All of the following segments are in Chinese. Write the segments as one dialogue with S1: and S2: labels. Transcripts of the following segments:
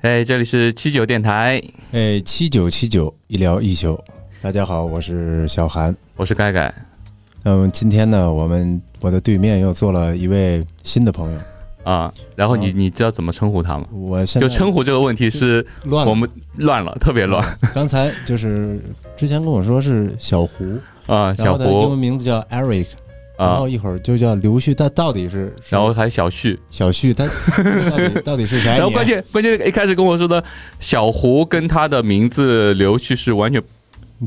S1: 哎，这里是七九电台，
S2: 哎，七九七九一聊一宿，大家好，我是小韩。
S1: 我是盖盖
S2: 那么今天呢，我们我的对面又坐了一位新的朋友，
S1: 啊。然后你
S2: 哦
S1: 你知道怎么称呼他吗？
S2: 我现在
S1: 就称呼这个问题是
S2: 乱了
S1: 我们乱了，特别乱
S2: 刚才就是之前跟我说是小胡，
S1: 啊，
S2: 嗯然
S1: 小
S2: 后他的英
S1: 胡
S2: 文名字叫 Eric，然
S1: 啊
S2: 后，一会儿就叫刘旭，但到底是
S1: 然后还小旭，
S2: 小旭，他 到底到底是谁？
S1: 然后
S2: 哎你
S1: 关键关键一开始跟我说的小胡跟他的名字刘旭是完全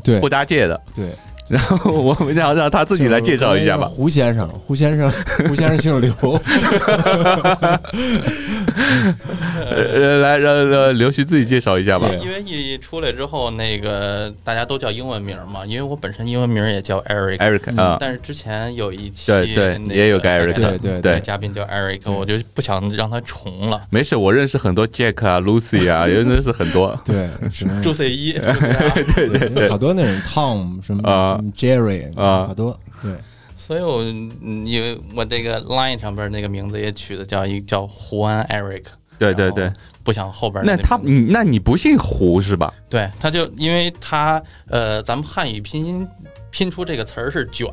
S2: 对
S1: 不搭界 的，
S2: 对，
S1: 然后我们要让他自己来介绍一下吧
S2: 就是。胡先生，胡先生，胡先生 姓刘，
S1: 呃，呃来让让刘旭自己介绍一下吧。
S2: 对
S3: 因为一出来之后，那个大家都叫英文名嘛，因为我本身英文名也叫 Eric，、嗯
S1: Eric 啊，
S3: 但是之前有一期
S1: 对对
S3: 那
S1: 也有个 Eric
S2: 对对
S1: 对
S3: 嘉宾叫 Eric，我就不想让他重了。
S1: 没事，我认识很多 Jack 啊、Lucy 啊，也认识很多。
S2: 对，只
S1: 嗯
S2: 能
S3: 注 C 一，注 C 二
S2: 对，有好多那种 Tom 什么
S1: 啊
S2: 什么 Jerry
S1: 啊
S2: 好多对，
S3: 所以我嗯因为我这个 Line 上边那个名字也取的叫一叫胡安 Eric，
S1: 对对对
S2: 哦
S3: 然后，不想后边
S1: 那
S3: 那
S1: 他
S3: 名字
S1: 你那你不姓胡是吧？
S3: 对他就因为他呃，咱们汉语拼音拼出这个词儿是卷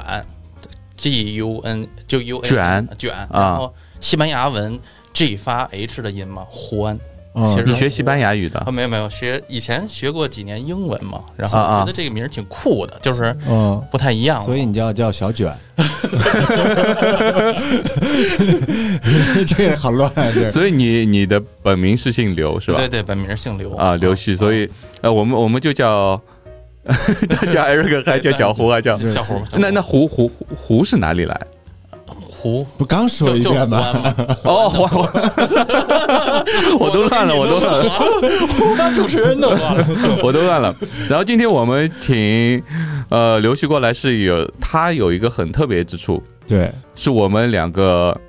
S3: ，G U N 就 U N
S1: 卷
S3: 卷，
S1: 啊
S3: 然后西班牙文 G 发 H 的音嘛，欢。
S2: 嗯
S3: 其实
S1: 你学西班牙语的
S3: 啊，没有没有，学以前学过几年英文嘛，然
S1: 啊
S3: 后
S1: 啊
S3: 觉得这个名儿挺酷的，就是
S2: 嗯，
S3: 不太一样了。
S2: 所以你叫叫 小卷，这这个好乱啊！这
S1: 所以你你的本名是姓刘是吧
S3: 对？哦对，本名姓刘
S1: 啊，刘旭，所以呃，我们我们就叫 叫 Eric 还叫小胡啊，叫
S3: 小胡嘛。小胡
S1: 那那胡胡胡胡是哪里来？
S3: 胡
S2: 不刚说
S3: 就
S2: 一
S3: 就胡
S2: 遍吗？
S3: 安嘛，
S1: 哦，胡胡，我 都乱了，我都乱了。
S3: 了，胡当主持人都忘了。
S1: 我都乱 了。然后今天我们请呃刘旭过来是有他有一个很特别之处，
S2: 对，
S1: 是我们两个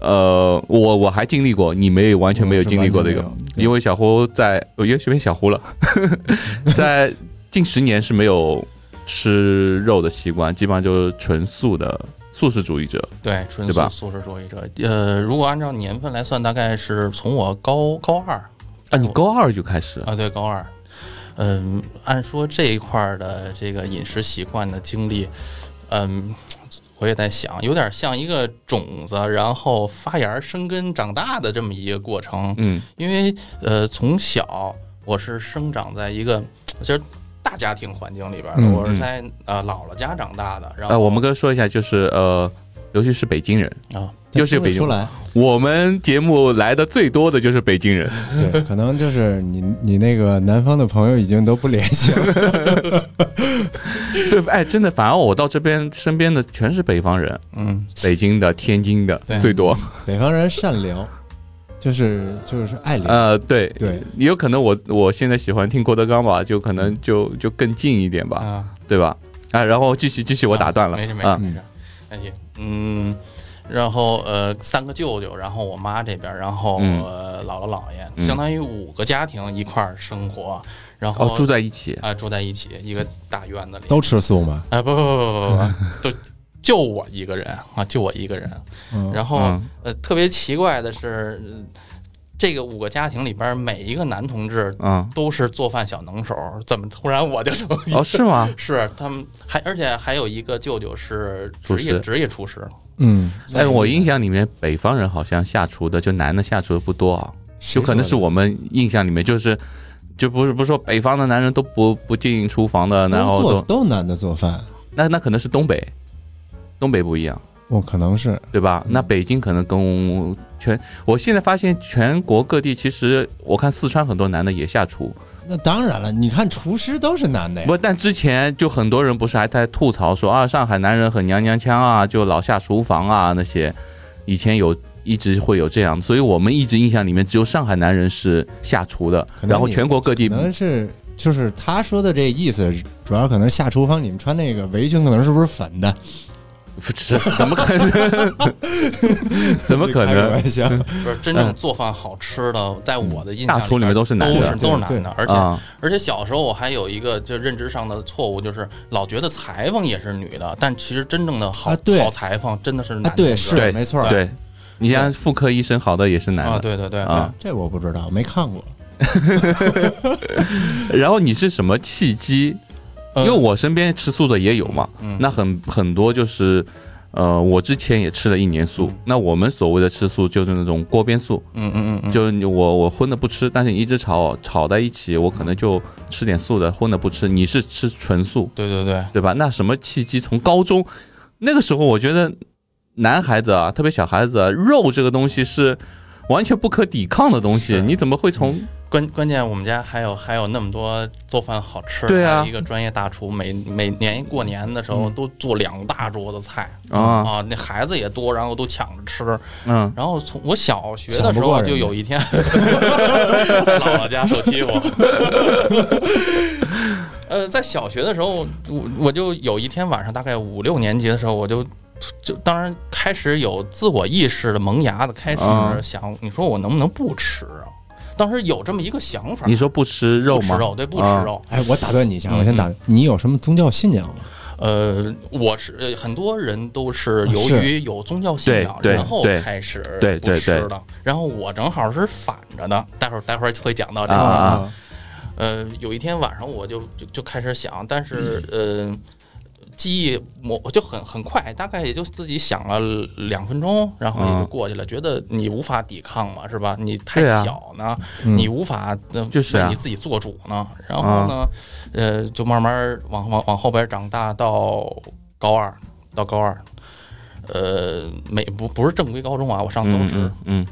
S1: 呃我我还经历过，你没有完全没有经历过的一个
S2: 我是完，全没有
S1: 因为小胡在我因为变小胡 了，在近十年是没有吃肉的习惯，基本上就是纯素的素食主义者。
S3: 对，纯
S1: 对吧
S3: 素素食主义者。呃，如果按照年份来算，大概是从我高高二
S1: 啊，你高二就开始
S3: 啊，对，高二。嗯，按说这一块儿的这个饮食习惯的经历，嗯，我也在想，有点像一个种子，然后发芽、生根、长大的这么一个过程。
S1: 嗯
S3: 因为呃，从小我是生长在一个就是大家庭环境里边儿的，
S2: 嗯
S3: 我是
S1: 嗯
S3: 在呃姥姥家长大的。然后、
S1: 呃，我们跟说一下，就是呃，刘旭是北京人，
S3: 啊，
S1: 又是
S2: 听
S1: 北
S2: 不
S1: 京
S2: 出来，
S1: 我们节目来的最多的就是北京人。
S2: 对，可能就是你你那个南方的朋友已经都不联系 了，
S1: 对，哎，真的，反而我到这边身边的全是北方人，
S3: 嗯，
S1: 北京的、天津的
S3: 对
S1: 最多。
S2: 北方人善聊，就是就是爱聊，
S1: 呃，对
S2: 对，
S1: 也有可能我我现在喜欢听郭德纲吧，就可能就就更近一点吧，
S3: 啊，
S1: 对吧？啊，然后继续继续，我
S3: 啊
S1: 打断了，
S3: 没事没事
S1: 啊，
S3: 没事。哎呀，嗯，然后呃，三个舅舅，然后我妈这边，然后、
S1: 嗯
S3: 呃、姥姥姥爷，
S1: 嗯
S3: 相当于五个家庭一块儿生活，然后
S1: 哦，住在一起
S3: 啊、住在一起一个大院子里。
S2: 都吃素嘛，
S3: 啊、不不不 不不不，就就我一个人啊，就我一个人。
S2: 嗯，
S3: 然后、
S1: 嗯
S3: 呃，特别奇怪的是，呃这个五个家庭里边每一个男同志
S1: 嗯，
S3: 都是做饭小能手，怎么突然我就成一
S1: 哦，是 吗？
S3: 是他们还，而且还有一个舅舅是
S1: 厨
S3: 职
S1: 师
S3: 业职业厨师，
S2: 嗯，
S1: 哎，我印象里面北方人好像下厨的，就男的下厨的不多啊，
S2: 谁
S1: 就可能是
S2: 说的
S1: 我们印象里面就是。就不是不是说北方的男人都不不进厨房的，然
S2: 都
S1: 后
S2: 做
S1: 都
S2: 都男的做饭，
S1: 那那可能是东北，东北不一样。
S2: 我可能是
S1: 对吧？
S3: 嗯
S1: 那北京可能跟全，我现在发现全国各地，其实我看四川很多男的也下厨，
S2: 那当然了，你看厨师都是男的呀，
S1: 不，但之前就很多人不是还在吐槽说啊，上海男人很娘娘腔啊，就老下厨房啊那些，以前有一直会有这样，所以我们一直印象里面只有上海男人是下厨的，
S2: 可能
S1: 然后
S2: 你
S1: 全国各地
S2: 可能是就是他说的这意思，主要可能下厨房你们穿那个围裙可能是不是粉的？
S1: 是怎么可能？ 怎么可
S2: 开个
S1: 能？
S2: 玩 笑，
S3: 就是真正做饭好吃的，在我的印象
S1: 嗯大厨里
S3: 里
S1: 面
S3: 边
S1: 都是男的
S3: 都是
S2: 对
S3: 都是
S2: 对
S3: 男的，而且
S1: 啊
S3: 而且小时候我还有一个就认知上的错误，就是老觉得裁缝也是女的，但其实真正的好
S2: 啊对
S3: 好裁缝真的是
S2: 啊
S3: 男，的。
S2: 对，是
S1: 对
S2: 没错，
S1: 对，你像妇科医生，好的也是男
S3: 啊，
S1: 的。
S3: 对对对，
S1: 啊
S2: 这我不知道，没看过。
S1: 然后你是什么契机？
S3: 呃
S1: 因为我身边吃素的也有嘛，
S3: 嗯
S1: 那很很多就是，呃，我之前也吃了一年素。那我们所谓的吃素就是那种锅边素，
S3: 嗯嗯嗯嗯，
S1: 就是你我我荤的不吃，但是你一直炒炒在一起，我可能就吃点素的，荤的不吃。你是吃纯素，
S3: 对对对，
S1: 对吧？那什么契机？从高中那个时候，我觉得男孩子啊，特别小孩子、啊，肉这个东西是完全不可抵抗的东西，
S3: 是嗯
S1: 你怎么会从
S3: 关关键我们家还有还有那么多做饭好吃，
S1: 对啊嗯
S3: 还有一个专业大厨，每每年过年的时候都做两大桌子菜
S1: 啊
S3: 啊，那孩子也多，然后都抢着吃。
S1: 嗯
S3: 然后从我小学
S2: 抢
S3: 的
S2: 不
S3: 时
S2: 过
S3: 候
S2: 人家
S3: 就有一天 在姥姥家受欺负。呃，在小学的时候，我我就有一天晚上，大概五六年级的时候，我就就当然开始有自我意识的萌芽的，开始
S1: 啊
S3: 想，你说我能不能不吃啊？当时有这么一个想法，
S1: 你说不吃肉
S3: 不吃
S1: 吗？
S3: 肉，对，不吃
S1: 啊
S3: 肉。
S2: 哎，我打断你一下，
S3: 嗯
S2: 我先打，你有什么宗教信仰吗？
S3: 呃，我是呃很多人都是
S2: 啊
S3: 由
S2: 是
S3: 于有宗教信仰，
S1: 对对
S3: 然后
S1: 对
S3: 开始
S1: 对
S3: 不
S1: 对
S3: 吃
S1: 对
S3: 的。然后我正好是反着的，待会儿待会儿会讲到这个。
S1: 啊啊
S3: 呃，有一天晚上我就就就开始想，但是
S1: 嗯
S3: 呃，记忆模就很很快，大概也就自己想了两分钟，然后也就
S1: 嗯
S3: 过去了。觉得你无法抵抗嘛，是吧？你太
S1: 对啊
S3: 小呢，
S2: 嗯
S3: 你无法、呃
S1: 就是
S3: 为
S1: 啊
S3: 你自己做主呢。然后呢，呃，就慢慢往往往后边长大到高二，到高二，呃，没不不是正规高中啊，我上
S1: 嗯
S3: 高
S1: 嗯
S3: 职。
S1: 嗯嗯，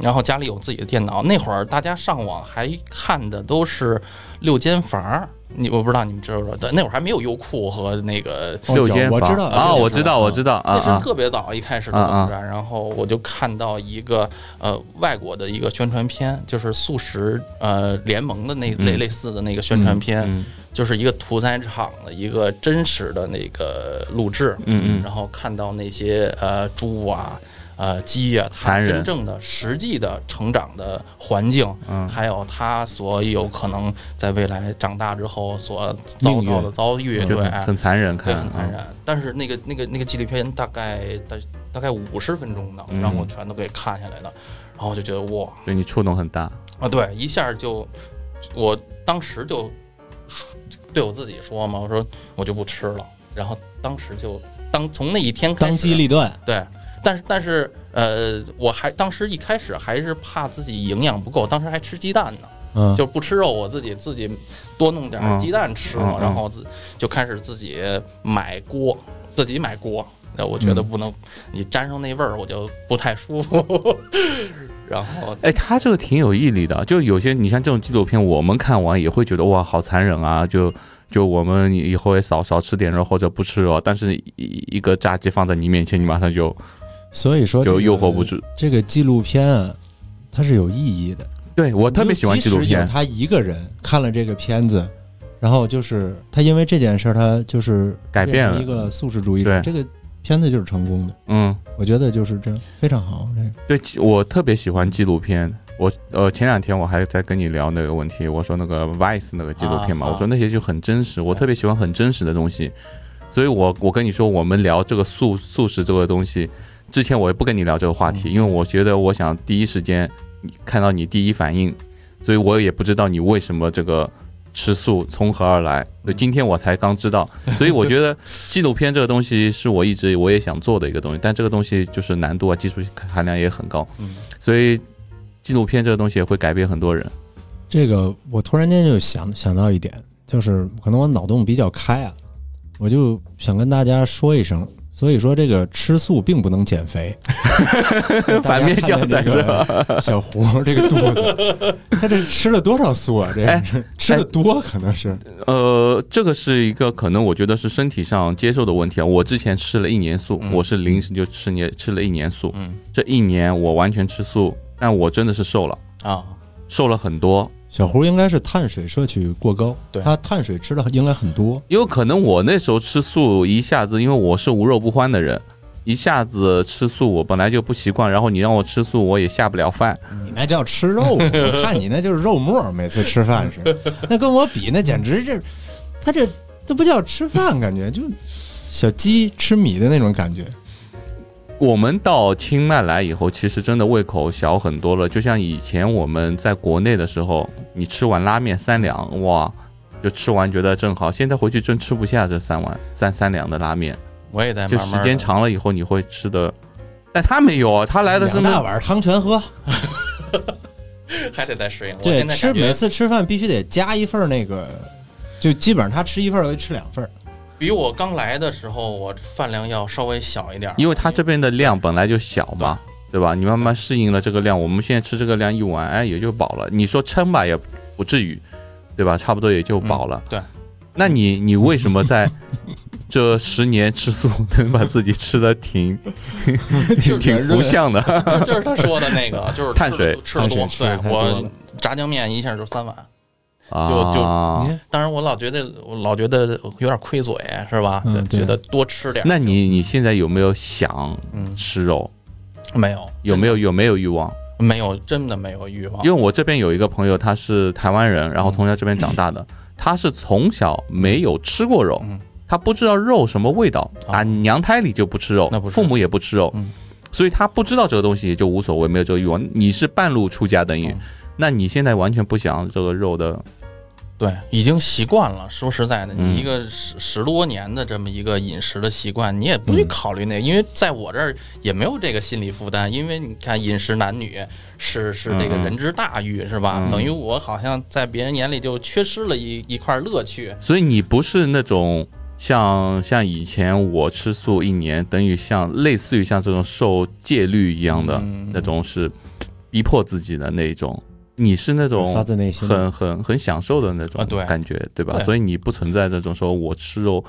S3: 然后家里有自己的电脑，那会儿大家上网还看的都是六间房儿，你我不知道你们知道不知道？对，那会儿还没有优酷和那个，
S2: 哦
S1: 六
S2: 有
S1: 间
S2: 我
S1: 房
S2: 知道
S1: 啊，我知道我知
S2: 道。
S1: 道啊
S3: 那是
S1: 啊
S3: 特别早一开始的
S1: 啊啊
S3: 网站。然后我就看到一个呃外国的一个宣传片，就是素食呃联盟的那类
S1: 嗯
S3: 类似的那个宣传片，
S1: 嗯
S3: 就是一个屠宰场的一个真实的那个录制，
S1: 嗯嗯
S3: 然后看到那些呃猪啊、呃鸡啊，它
S1: 残忍
S3: 真正的实际的成长的环境，
S1: 嗯
S3: 还有它所有可能在未来长大之后所遭
S2: 命
S3: 到
S2: 运
S3: 的遭遇，
S1: 就
S3: 对，啊
S1: 很很残忍，
S3: 对，
S1: 看
S3: 很残
S1: 啊
S3: 忍。但是那个那个那个纪录片大概大大概五十分钟呢，
S1: 嗯
S3: 让我全都给看下来了，然后我就觉得哇
S1: 对你触动很大。
S3: 啊，对，一下就我当时就对我自己说嘛，我说我就不吃了，然后当时就当从那一天开始，
S2: 当机立断，
S3: 对，但是但是呃，我还当时一开始还是怕自己营养不够，当时还吃鸡蛋呢，
S2: 嗯，
S3: 就是不吃肉，我自己自己多弄点
S1: 嗯
S3: 儿鸡蛋吃嘛，
S1: 嗯嗯
S3: 然后自就开始自己买锅，自己买锅。那我觉得不能，你沾上那味儿我就不太舒 服。然后，
S1: 哎，他这个挺有毅力的，就有些你像这种纪录片，我们看完也会觉得哇，好残忍啊！就就我们以后也少少吃点肉或者不吃肉，但是一一个炸鸡放在你面前，你马上就
S2: 所以说这
S1: 就
S2: 个
S1: 诱惑不住。
S2: 这个纪录片啊，它是有意义的。
S1: 对我特别喜欢纪录
S2: 即使有
S1: 片，
S2: 他一个人看了这个片子，然后就是他因为这件事儿，他就是
S1: 改变
S2: 变
S1: 了
S2: 成一个素食主义者。
S1: 对
S2: 这个片子就是成功的，
S1: 嗯，
S2: 我觉得就是这样，非常好。这个
S1: 对纪我特别喜欢纪录片。我呃前两天我还在跟你聊那个问题，我说那个 Vice 那个纪录片嘛，
S3: 啊啊
S1: 我说那些就很真实，我特别喜欢很真实的东西，所以我我跟你说，我们聊这个素素食这个东西，之前我也不跟你聊这个话题，
S3: 嗯
S1: 因为我觉得我想第一时间看到你第一反应，所以我也不知道你为什么这个吃素从何而来，所以今天我才刚知道，所以我觉得纪录片这个东西是我一直我也想做的一个东西，但这个东西就是难度啊，技术含量也很高，
S3: 嗯，
S1: 所以纪录片这个东西也会改变很多人。
S2: 这个我突然间就想想到一点，就是可能我脑洞比较开啊，我就想跟大家说一声。所以说，这个吃素并不能减 肥，
S1: 反面教材是
S2: 吧？小胡这个肚子， 他这吃了多少素啊？这
S1: 哎
S2: 是吃的多可能是
S1: 呃，这个是一个可能，我觉得是身体上接受的问题啊。我之前吃了一年素，
S3: 嗯
S1: 我是临时就吃年吃了一年素，
S3: 嗯
S1: 这一年我完全吃素，但我真的是瘦了，
S3: 啊，
S1: 瘦了很多。
S2: 小胡应该是碳水摄取过高，
S3: 对
S2: 他碳水吃的应该很多，
S1: 因为可能我那时候吃素，一下子因为我是无肉不欢的人，一下子吃素我本来就不习惯，然后你让我吃素我也下不了饭。
S2: 你那叫吃肉， 我看你那就是肉沫，每次吃饭是，那跟我比那简直这，他这这不叫吃饭，感觉就小鸡吃米的那种感觉。
S1: 我们到清迈来以后，其实真的胃口小很多了。就像以前我们在国内的时候，你吃碗拉面三两，哇，就吃完觉得正好。现在回去真吃不下这三碗三三两的拉面，
S3: 我也在
S1: 就
S3: 慢慢
S1: 时
S3: 地
S1: 间长了以后你会吃的。但他没有啊，他来的这
S2: 两大
S1: 么
S2: 碗汤全喝，
S3: 还得再适应。我
S2: 对
S3: 现，在
S2: 吃
S3: 感
S2: 每
S3: 觉
S2: 次吃饭必须得加一份儿那个，就基本上他吃一份儿，我就吃两份儿。
S3: 比我刚来的时候，我饭量要稍微小一点儿，
S1: 因为它这边的量本来就小嘛，对吧？你慢慢适应了这个量，我们现在吃这个量一碗，哎，也就饱了。你说撑吧，也不至于，对吧？差不多也就饱了。
S3: 嗯对，
S1: 那你你为什么在这十年吃素能把自己吃的挺挺挺
S2: 圆
S1: 福
S2: 润
S1: 相的？
S3: 就就是他说的那个， 就是吃
S1: 碳水
S3: 吃的多
S2: 碳，水
S3: 对
S2: 吃得太多
S3: 我
S2: 了
S3: 炸酱面一下就三碗。就
S1: 啊
S2: 你，看
S3: 当然，我老觉得我老觉得有点亏嘴，是吧？
S2: 嗯对
S3: 觉得多吃点儿。
S1: 那你你现在有没有想
S3: 嗯，
S1: 吃肉？
S3: 没有
S1: 有没有有没有欲望？
S3: 没有真的没有欲望
S1: 因为？我这边有一个朋友，他是台湾人，然后从小这边长大的，他是从小没有吃过肉
S3: 嗯，
S1: 他不知道肉什么味道，
S3: 哦
S1: 啊，娘胎里就不吃肉
S3: 那不，是
S1: 父母也不吃肉
S3: 嗯，
S1: 所以他不知道这个东西也就无所谓，没有这个欲望。你是半路出家等于
S3: 嗯，
S1: 那你现在完全不想这个肉的，
S3: 对，已经习惯了。说实在的，
S1: 嗯
S3: 你一个十十多年的这么一个饮食的习惯，你也不去考虑那个，
S1: 嗯
S3: 因为在我这儿也没有这个心理负担。因为你看，饮食男女是是这个
S1: 嗯嗯
S3: 人之大欲，是吧？
S1: 嗯
S3: 等于我好像在别人眼里就缺失了一一块乐趣。
S1: 所以你不是那种。像像以前我吃素一年，等于像类似于像这种受戒律一样的、
S3: 嗯
S1: 那种，是逼迫自己的那一种。你是那种
S2: 发自内心的，
S1: 很很很享受的那种
S3: 啊对
S1: 感觉，对吧？
S3: 对
S1: 所以你不存在这种说我吃肉，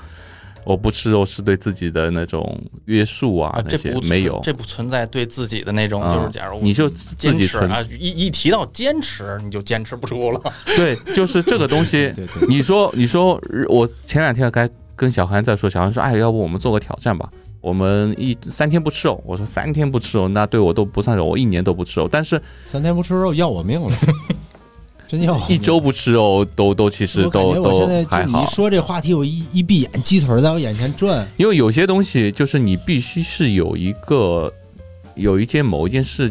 S1: 我不吃肉是对自己的那种约束啊，
S3: 啊，
S1: 那
S3: 这
S1: 些
S3: 不存
S1: 没有，
S3: 这不存在对自己的那种，
S1: 啊
S3: 就是假如我
S1: 你就自
S3: 坚
S1: 己
S3: 持
S1: 存
S3: 啊，一一提到坚持，你就坚持不住了。
S1: 对，就是这个东 西。
S2: 对对，
S1: 你说，你说，我前两天该跟小韩在说，小韩说，哎，要不我们做个挑战吧？我们一三天不吃肉，我说三天不吃肉，那对我都不算肉，我一年都不吃肉，但是
S3: 哦
S2: 三天不吃肉要我 命了，真要我命
S1: 一周不吃肉都都其实
S2: 我感
S1: 都
S2: 觉我现在
S1: 都还
S2: 就你
S1: 好
S2: 一。说这话题，我一一闭眼，鸡腿在我眼前转。
S1: 因为有些东西就是你必须是有一个有一件某一件事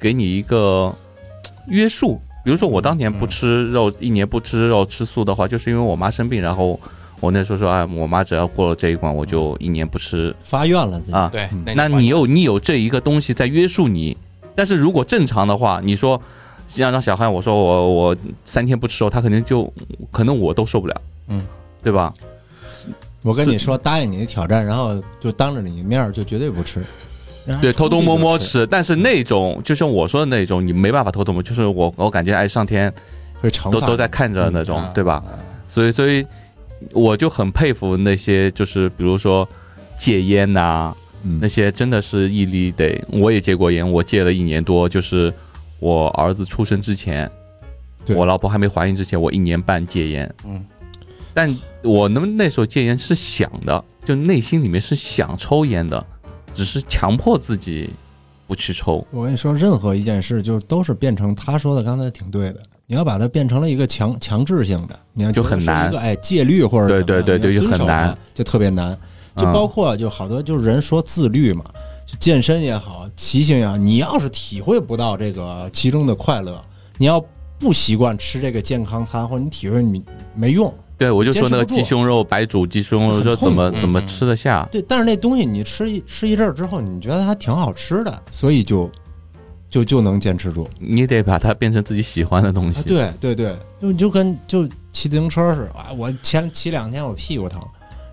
S1: 给你一个嘖约束。比如说我当年不吃肉，一年不吃肉吃素的话，就是因为我妈生病，然后我那时候说，哎，我妈只要过了这一关，我就一年不吃
S2: 发愿了自己，
S1: 啊。
S3: 对，
S1: 那
S3: 你
S1: 你有你有这一个东西在约束你，但是如果正常的话，你说像让小汉，我说我我三天不吃肉，他肯定就可能我都受不了，
S3: 嗯，
S1: 对吧？
S2: 我跟你说，答应你的挑战，然后就当着你面儿就绝对不吃，然后
S1: 对，偷啊偷摸摸
S2: 出去就吃，
S1: 吃，但是那种就像我说的那种，你没办法偷偷摸，就是我我感觉哎，上天
S2: 会惩
S1: 都
S2: 罚
S1: 都在看嗯啊着那种，对吧？？所以所以我就很佩服那些就是比如说戒烟呐、
S2: 嗯
S1: 那些真的是毅力得，我也戒过烟，我戒了一年多，就是我儿子出生之前，
S2: 对
S1: 我老婆还没怀孕之前，我一年半戒烟，
S3: 嗯，
S1: 但我能那时候戒烟是想的，就内心里面是想抽烟的，只是强迫自己不去抽。
S2: 我跟你说，任何一件事就都是变成他说的，刚才挺对的。你要把它变成了一个强强制性的，你要
S1: 就很难
S2: 觉得是一个哎戒律或者怎么样
S1: 对对对
S2: 你
S1: 对就
S2: 要
S1: 很
S2: 遵守它
S1: 难，
S2: 就特别难。就
S1: 嗯
S2: 包括就好多就是人说自律嘛，就健身也好，骑行也好，你要是体会不到这个其中的快乐，你要不习惯吃这个健康餐，或者你体会你没用。
S1: 对，我就说那个
S2: 坚持不住
S1: 鸡胸肉白煮鸡胸肉，
S2: 很
S1: 说怎么
S3: 痛苦
S1: 怎么吃得下？
S2: 对，但是那东西你吃一吃一阵儿之后，你觉得它挺好吃的，所以就就就能坚持住。
S1: 你得把它变成自己喜欢的东
S2: 啊
S1: 西。，
S2: 对对对，就就跟就骑自行车似的，啊，我前骑两天我屁股疼，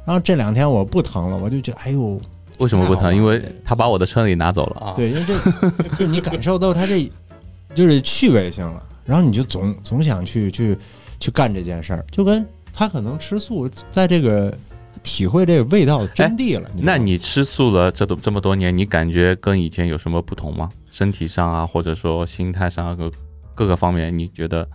S2: 然后这两天我不疼了，我就觉得哎呦，
S1: 为什么不
S2: 太
S1: 疼？
S2: 好了
S1: 因为他把我的车里拿走了。
S3: 啊，
S2: 对，因为这就你感受到它这就是趣味性了，然后你就总总想去去去干这件事儿，就跟他可能吃素，在这个体会这个味道真谛了。
S1: 那
S2: 你
S1: 你吃素了这都这么多年，你感觉跟以前有什么不同吗？身体上啊，或者说心态上啊，各各个方面，你觉得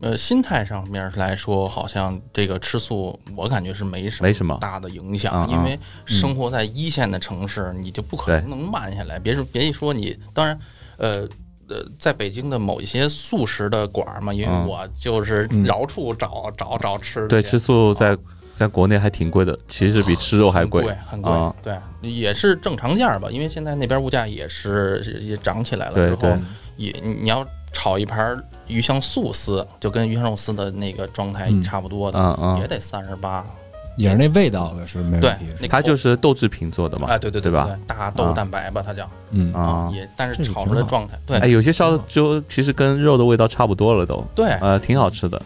S3: 呃，心态上面来说，好像这个吃素，我感觉是没什么
S1: 没什么？
S3: 大的影
S1: 啊
S3: 响，
S1: 啊
S3: 因为生活在一线的城市，你就不可
S1: 对
S3: 能能慢下来。别说别一说你，当然，呃。呃，在北京的某一些素食的馆儿嘛，因为
S1: 嗯
S3: 我就是
S2: 嗯
S3: 饶处找、找找吃的去，
S1: 对，吃素在在国内还挺贵的，其实比吃肉还
S3: 很
S1: 贵。
S3: 哦很贵
S1: 啊，
S3: 对，也是正常价儿吧，因为现在那边物价也是也涨起来了，
S1: 对
S3: 之后
S1: 对
S3: 也你你要炒一盘鱼香素丝，就跟鱼香肉丝的那个状态
S2: 嗯
S3: 差不多的，
S1: 嗯嗯
S3: 啊也，得三十八，
S2: 也是那味道的是没
S3: 对
S2: 问题，的，
S3: 那
S1: 它
S3: 口
S1: 就是豆制品做的嘛。
S3: 哎，对对
S1: 对吧
S3: 对，大豆
S1: 啊
S3: 蛋白吧，它叫
S2: 嗯
S1: 啊，
S3: 也，嗯但
S2: 这
S3: 是
S2: 个
S3: 炒
S2: 挺
S3: 出来
S2: 好
S3: 状态，对
S1: 哎，有些烧的就其实跟肉的味道差不多了都，
S3: 对，
S1: 呃，挺好吃的。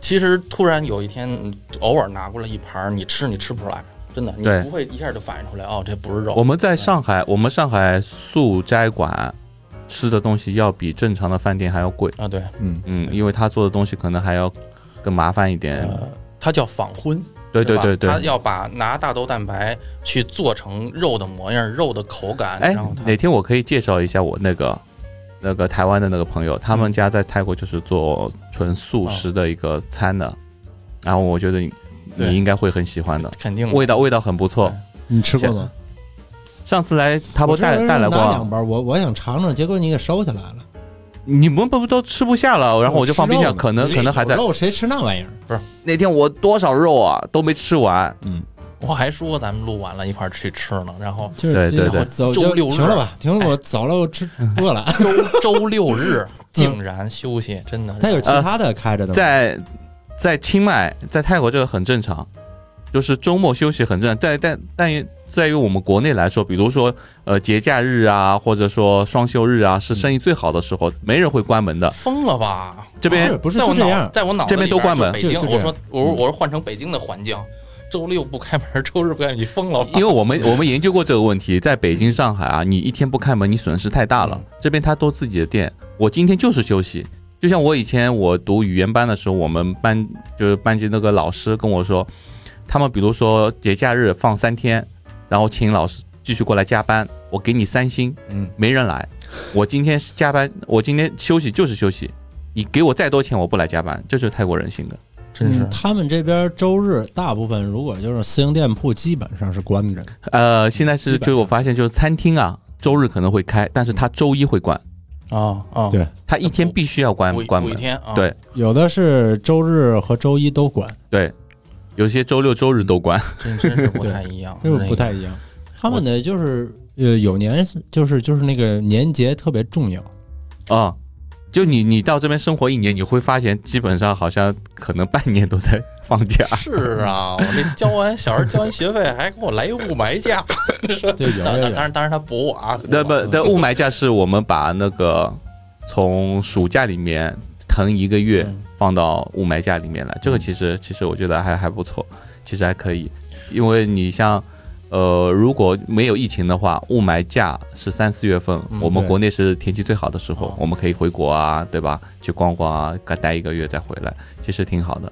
S3: 其实突然有一天，你偶尔拿过来一盘儿，你吃你吃不出来，真的，你
S1: 对
S3: 不会一下就反应出来，哦，这不是
S1: 我
S3: 肉。嗯
S1: 们在上海，我们上海素斋馆吃的东西要比正常的饭店还要贵。
S3: 啊，对，
S2: 嗯，
S1: 嗯，因为他做的东西可能还要更麻烦一点。
S3: 呃，它叫仿荤，
S1: 对对
S3: 对吧
S1: 对对
S3: 它。要把拿大豆蛋白去做成肉的模样、肉的口感，
S1: 哎
S3: 然后，它
S1: 哪天我可以介绍一下我那个那个台湾的那个朋友，他们家在泰国就是做纯素食的一个餐的，
S2: 嗯
S1: 然后我觉得你
S3: 对
S1: 你应该会很喜欢的，
S3: 肯定
S1: 味道味道很不错。
S2: 你吃过吗？
S1: 上次来他不
S2: 我这
S1: 带
S2: 人
S1: 带来过
S2: 拿
S1: 啊
S2: 两，包，我我想尝尝，结果你给收起来了。
S1: 你们不不都吃不下了，然后我就放冰
S2: 吃肉
S1: 箱，
S2: 呢
S1: 可能可能还在
S2: 有。肉，谁吃那玩意儿？
S1: 那天我多少肉啊都没吃完，
S2: 嗯，
S3: 我还说咱们录完了一块儿去吃呢，然后
S2: 就是
S1: 对
S2: 这
S1: 对
S2: 我
S1: 对嗯
S2: 走
S3: 周
S2: 就
S3: 六日哎
S2: 停了吧，停了，我走了，我吃饿了。
S3: 周周六日竟然休息，真的是。
S2: 他有其他的开着的
S1: 呃
S2: 吗？
S1: 在在清迈，在泰国这个很正常，就是周末休息很正常。但但但在于我们国内来说，比如说呃节假日啊，或者说双休日啊，是生意最好的时候，没人会关门的。
S3: 疯了吧？
S1: 这边
S2: 不呃是不是
S3: 在我
S2: 就这
S3: 脑
S2: 样？
S3: 在我脑子
S1: 这边
S3: 里
S1: 都关门
S3: 就北京，
S2: 就就这
S3: 我
S2: 样嗯
S3: 说我说我说换成北京的环境，周六不开门，周日不开门，你疯了吧？
S1: 因为我们我们研究过这个问题，在北京、上海啊，你一天不开门，你损失太大了。
S3: 嗯
S1: 这边他都自己的店，我今天就是休息。就像我以前我读语言班的时候，我们班就是班级那个老师跟我说，他们比如说节假日放三天，然后请老师继续过来加班，我给你三星，
S3: 嗯，
S1: 没人来。我今天是加班，我今天休息就是休息，你给我再多钱我不来加班，这就是泰国人性格。
S3: 真是
S2: 嗯他们这边周日大部分如果就是私营店铺，基本上是关着的。
S1: 呃，现在是
S2: 基本
S1: 就是我发现就是餐厅啊，周日可能会开，但是他周一会关。
S3: 啊啊
S2: 对
S1: 他一天必须要嗯关
S3: 补一
S1: 关
S3: 补一
S1: 门，
S3: 天啊，
S1: 对
S2: 有的是周日和周一都关，
S1: 对，有些周六周日都关。
S3: 真真是不太 一样，
S2: 这个
S3: 那
S2: 不
S3: 个
S2: 太一样。他们的就是呃，有年就是就是那个年节特别重要，
S3: 哦
S1: 啊、就你你到这边生活一年，你会发现基本上好像可能半年都在放假。
S3: 是啊，我这交完小孩交完学费，还给我来一雾霾假，
S2: 对，有
S3: 当
S2: 有有
S3: 然 当。然当然他补我啊，补我
S1: 那不，那雾霾假是我们把那个从暑假里面腾一个月
S3: 嗯
S1: 放到雾霾假里面来，这个其实其实我觉得还还不错，其实还可以，因为你像。呃，如果没有疫情的话，雾霾假是三四月份，
S3: 嗯
S1: 我们
S2: 对
S1: 国内是天气最好的时候
S3: 哦，
S1: 我们可以回国啊，对吧？去逛逛啊，该待一个月再回来，其实挺好的。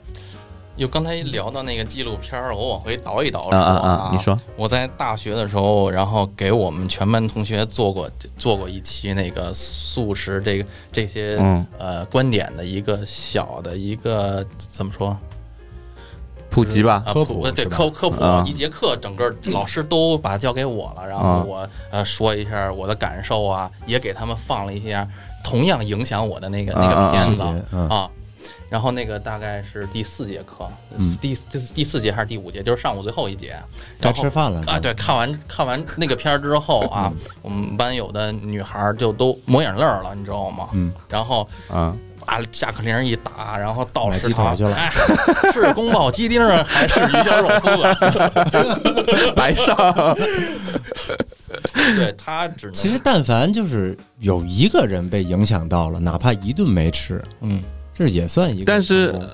S3: 又刚才聊到那个纪录片儿，我往回倒一倒
S1: 啊啊啊！你说，
S3: 我在大学的时候，然后给我们全班同学做过做过一期那个素食这个这些、
S1: 嗯，
S3: 呃观点的一个小的一个怎么说
S1: 普及吧，
S3: 啊
S2: 科普
S3: 呃对
S2: 是吧
S3: 科科普、
S1: 啊
S3: 一节课，整个老师都把它交给我了，然后
S1: 啊
S3: 我、呃说一下我的感受啊，也给他们放了一下同样影响我的那个、那
S1: 啊啊啊
S3: 个
S2: 视
S3: 片子
S2: 频嗯
S3: 啊。然后那个大概是第四节课，
S2: 嗯
S3: 第第第四节还是第五节，就是上午最后一节。
S2: 该
S3: 然后
S2: 吃饭了
S3: 啊，对，看完看完那个片儿之后啊，
S1: 嗯
S3: 我们班有的女孩儿就都抹眼泪儿了，你知道吗？
S2: 嗯，
S3: 然后
S1: 嗯，
S3: 啊，下课铃儿一打，然后到
S2: 买
S3: 食
S2: 鸡腿
S3: 堂
S2: 去了
S3: 哎，是宫保鸡丁儿啊还是鱼香肉丝啊？
S1: 嗯白上，
S3: 对他只能
S2: 其实，但凡就是有一个人被影响到了，哪怕一顿没吃，
S3: 嗯，
S2: 这也算一个成功。
S1: 但是呃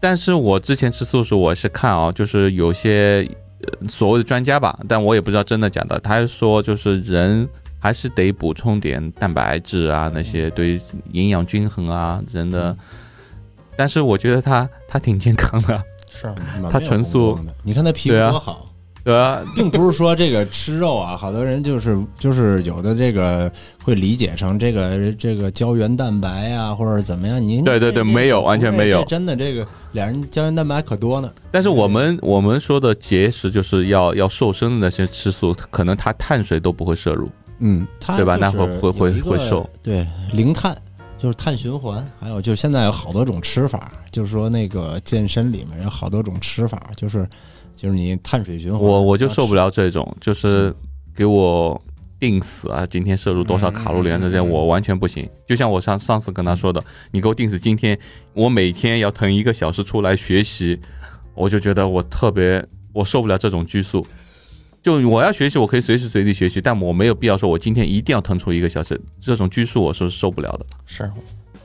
S1: 但是我之前吃素食，我是看啊、就是有些呃所谓的专家吧，但我也不知道真的假的，他说就是人还是得补充点蛋白质啊，那些对于营养均衡啊，人的。但是我觉得他他挺健康的，
S3: 是
S2: 蛮
S1: 他
S2: 没有
S1: 纯素
S2: 功能的，你看他皮肤
S1: 对啊
S2: 多好，
S1: 对吧？
S2: 并不是说这个吃肉啊，好多人就是就是有的这个会理解成这个这个胶原蛋白啊，或者怎么样？你
S1: 对对
S2: 这
S1: 对
S2: 这
S1: 没有完全没有
S2: 这真的这个俩人胶原蛋白可多呢。
S1: 但是我们我们说的节食就是要要瘦身的那些吃素，可能他碳水都不会摄入。
S2: 嗯，它
S1: 对吧
S2: 就是
S1: 那会会会
S2: 有一个
S1: 会瘦，
S2: 对零碳，就是碳循环，还有就是现在有好多种吃法，就是说那个健身里面有好多种吃法，就是就是你碳水循环，
S1: 我我就
S2: 然后
S1: 受不了这种，
S3: 嗯
S1: 就是给我定死啊！今天摄入多少卡路里啊？这些
S3: 嗯嗯嗯
S1: 我完全不行。就像我上上次跟他说的，你给我定死今天，我每天要腾一个小时出来学习，我就觉得我特别我受不了这种拘束。就我要学习，我可以随时随地学习，但我没有必要说我今天一定要腾出一个小时，这种拘束我是受不了的。
S3: 是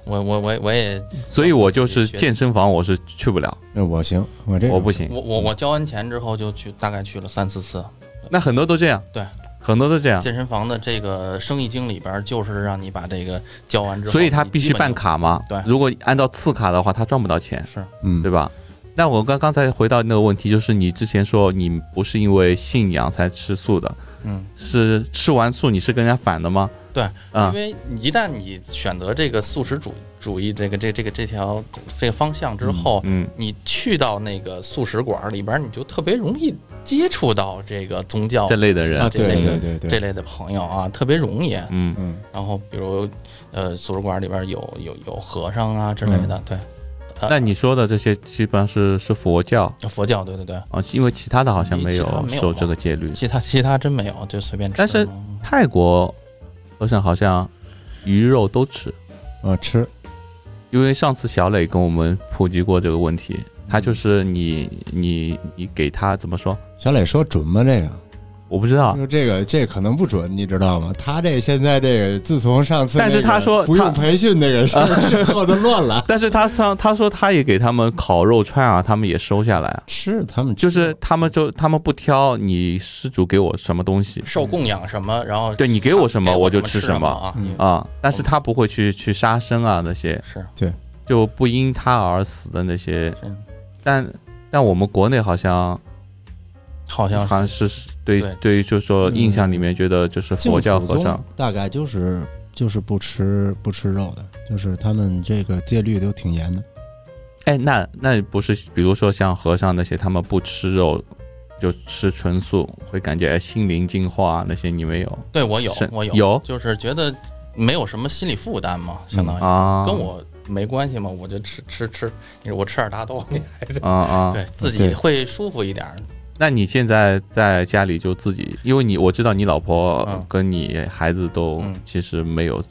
S3: 我我我我也
S1: 所以我就是
S3: 学
S1: 健身房我是去不了，
S2: 吃，哎我行，我这个
S1: 我不行。
S3: 我我我交完钱之后就去大概去了三四次
S1: 那很多都这样，
S3: 对，
S1: 很多都这样。
S3: 健身房的这个生意经里边，就是让你把这个交完之后，
S1: 所以他
S3: 你
S1: 必须
S3: 基本
S1: 办
S3: 就
S1: 卡嘛。
S3: 对
S1: 如果按照次卡的话，他赚不到钱，
S2: 嗯
S1: 对吧？那我刚刚才回到那个问题，就是你之前说你不是因为信仰才吃素的，
S3: 嗯，
S1: 是吃完素你是跟人家反的吗？
S3: 对，因
S1: 啊、
S3: 为你一旦你选择这个素食主主义这个这这个这条这个方向之后，
S1: 嗯，
S3: 你去到那个素食馆里边，你就特别容易接触到这个宗教
S1: 这类的人，
S2: 啊，
S3: 哦这
S2: 对
S3: 类
S2: 对
S3: 的
S2: 对
S3: 这
S2: 对，
S3: 类的朋友啊，特别容易。
S1: 嗯，
S2: 嗯，
S3: 然后比如呃，素食馆里边有有有和尚啊之类
S1: 嗯
S3: 的，
S1: 那你说的这些基本上是是佛教
S3: 对，佛教，对对对，
S1: 啊，因为其他的好像没
S3: 其他
S1: 有
S3: 没有
S1: 受
S3: 吧
S1: 这个戒律。
S3: 其他其他真没有，就随便吃。
S1: 但是
S3: 嗯
S1: 泰国和尚好像鱼肉都吃，
S2: 啊吃，
S1: 因为上次小磊跟我们普及过这个问题，他就是你你你给他怎么说？
S2: 小磊说准吗？这个
S1: 我不知道，
S2: 就这个这可能不准，你知道吗？他这现在这个自从上次那
S1: 但
S2: 个，
S1: 是他说
S2: 不
S1: 他，
S2: 用培训那个事儿之后就乱了
S1: 但是他上他说他也给他们烤肉串啊，他们也收下来啊，
S2: 吃他们
S1: 就是他们就他们不挑你施主给我什么东西，
S3: 受供养什么，然后
S1: 对你给我什么我就吃
S3: 什
S1: 什么
S3: 啊，
S2: 嗯
S3: 你
S1: 啊，但是他不会去去杀生啊那些
S3: 是
S1: 就不因他而死的那些，
S3: 是，
S1: 但但我们国内好像
S3: 好像
S1: 好像
S3: 是
S1: 是对嗯
S3: 对
S1: 对于就是说印象里面觉得就是佛教和尚，
S2: 大概就是就是不吃不吃肉的，就是他们这个戒律都挺严的。
S1: 哎那那不是比如说像和尚那些他们不吃肉。就吃纯素，会感觉哎心灵净化啊那些你没有
S3: 对我有
S1: 是
S3: 我有
S1: 有
S3: 就是觉得没有什么心理负担嘛，相当于、
S1: 啊？
S3: 跟我没关系嘛，我就吃吃吃，你说我吃点大豆，你还得
S1: 啊啊！
S3: 对自己
S2: 对
S3: 会舒服一点儿。
S1: 那你现在在家里就自己，因为你我知道你老婆
S3: 嗯
S1: 跟你孩子都
S3: 嗯
S1: 其实没有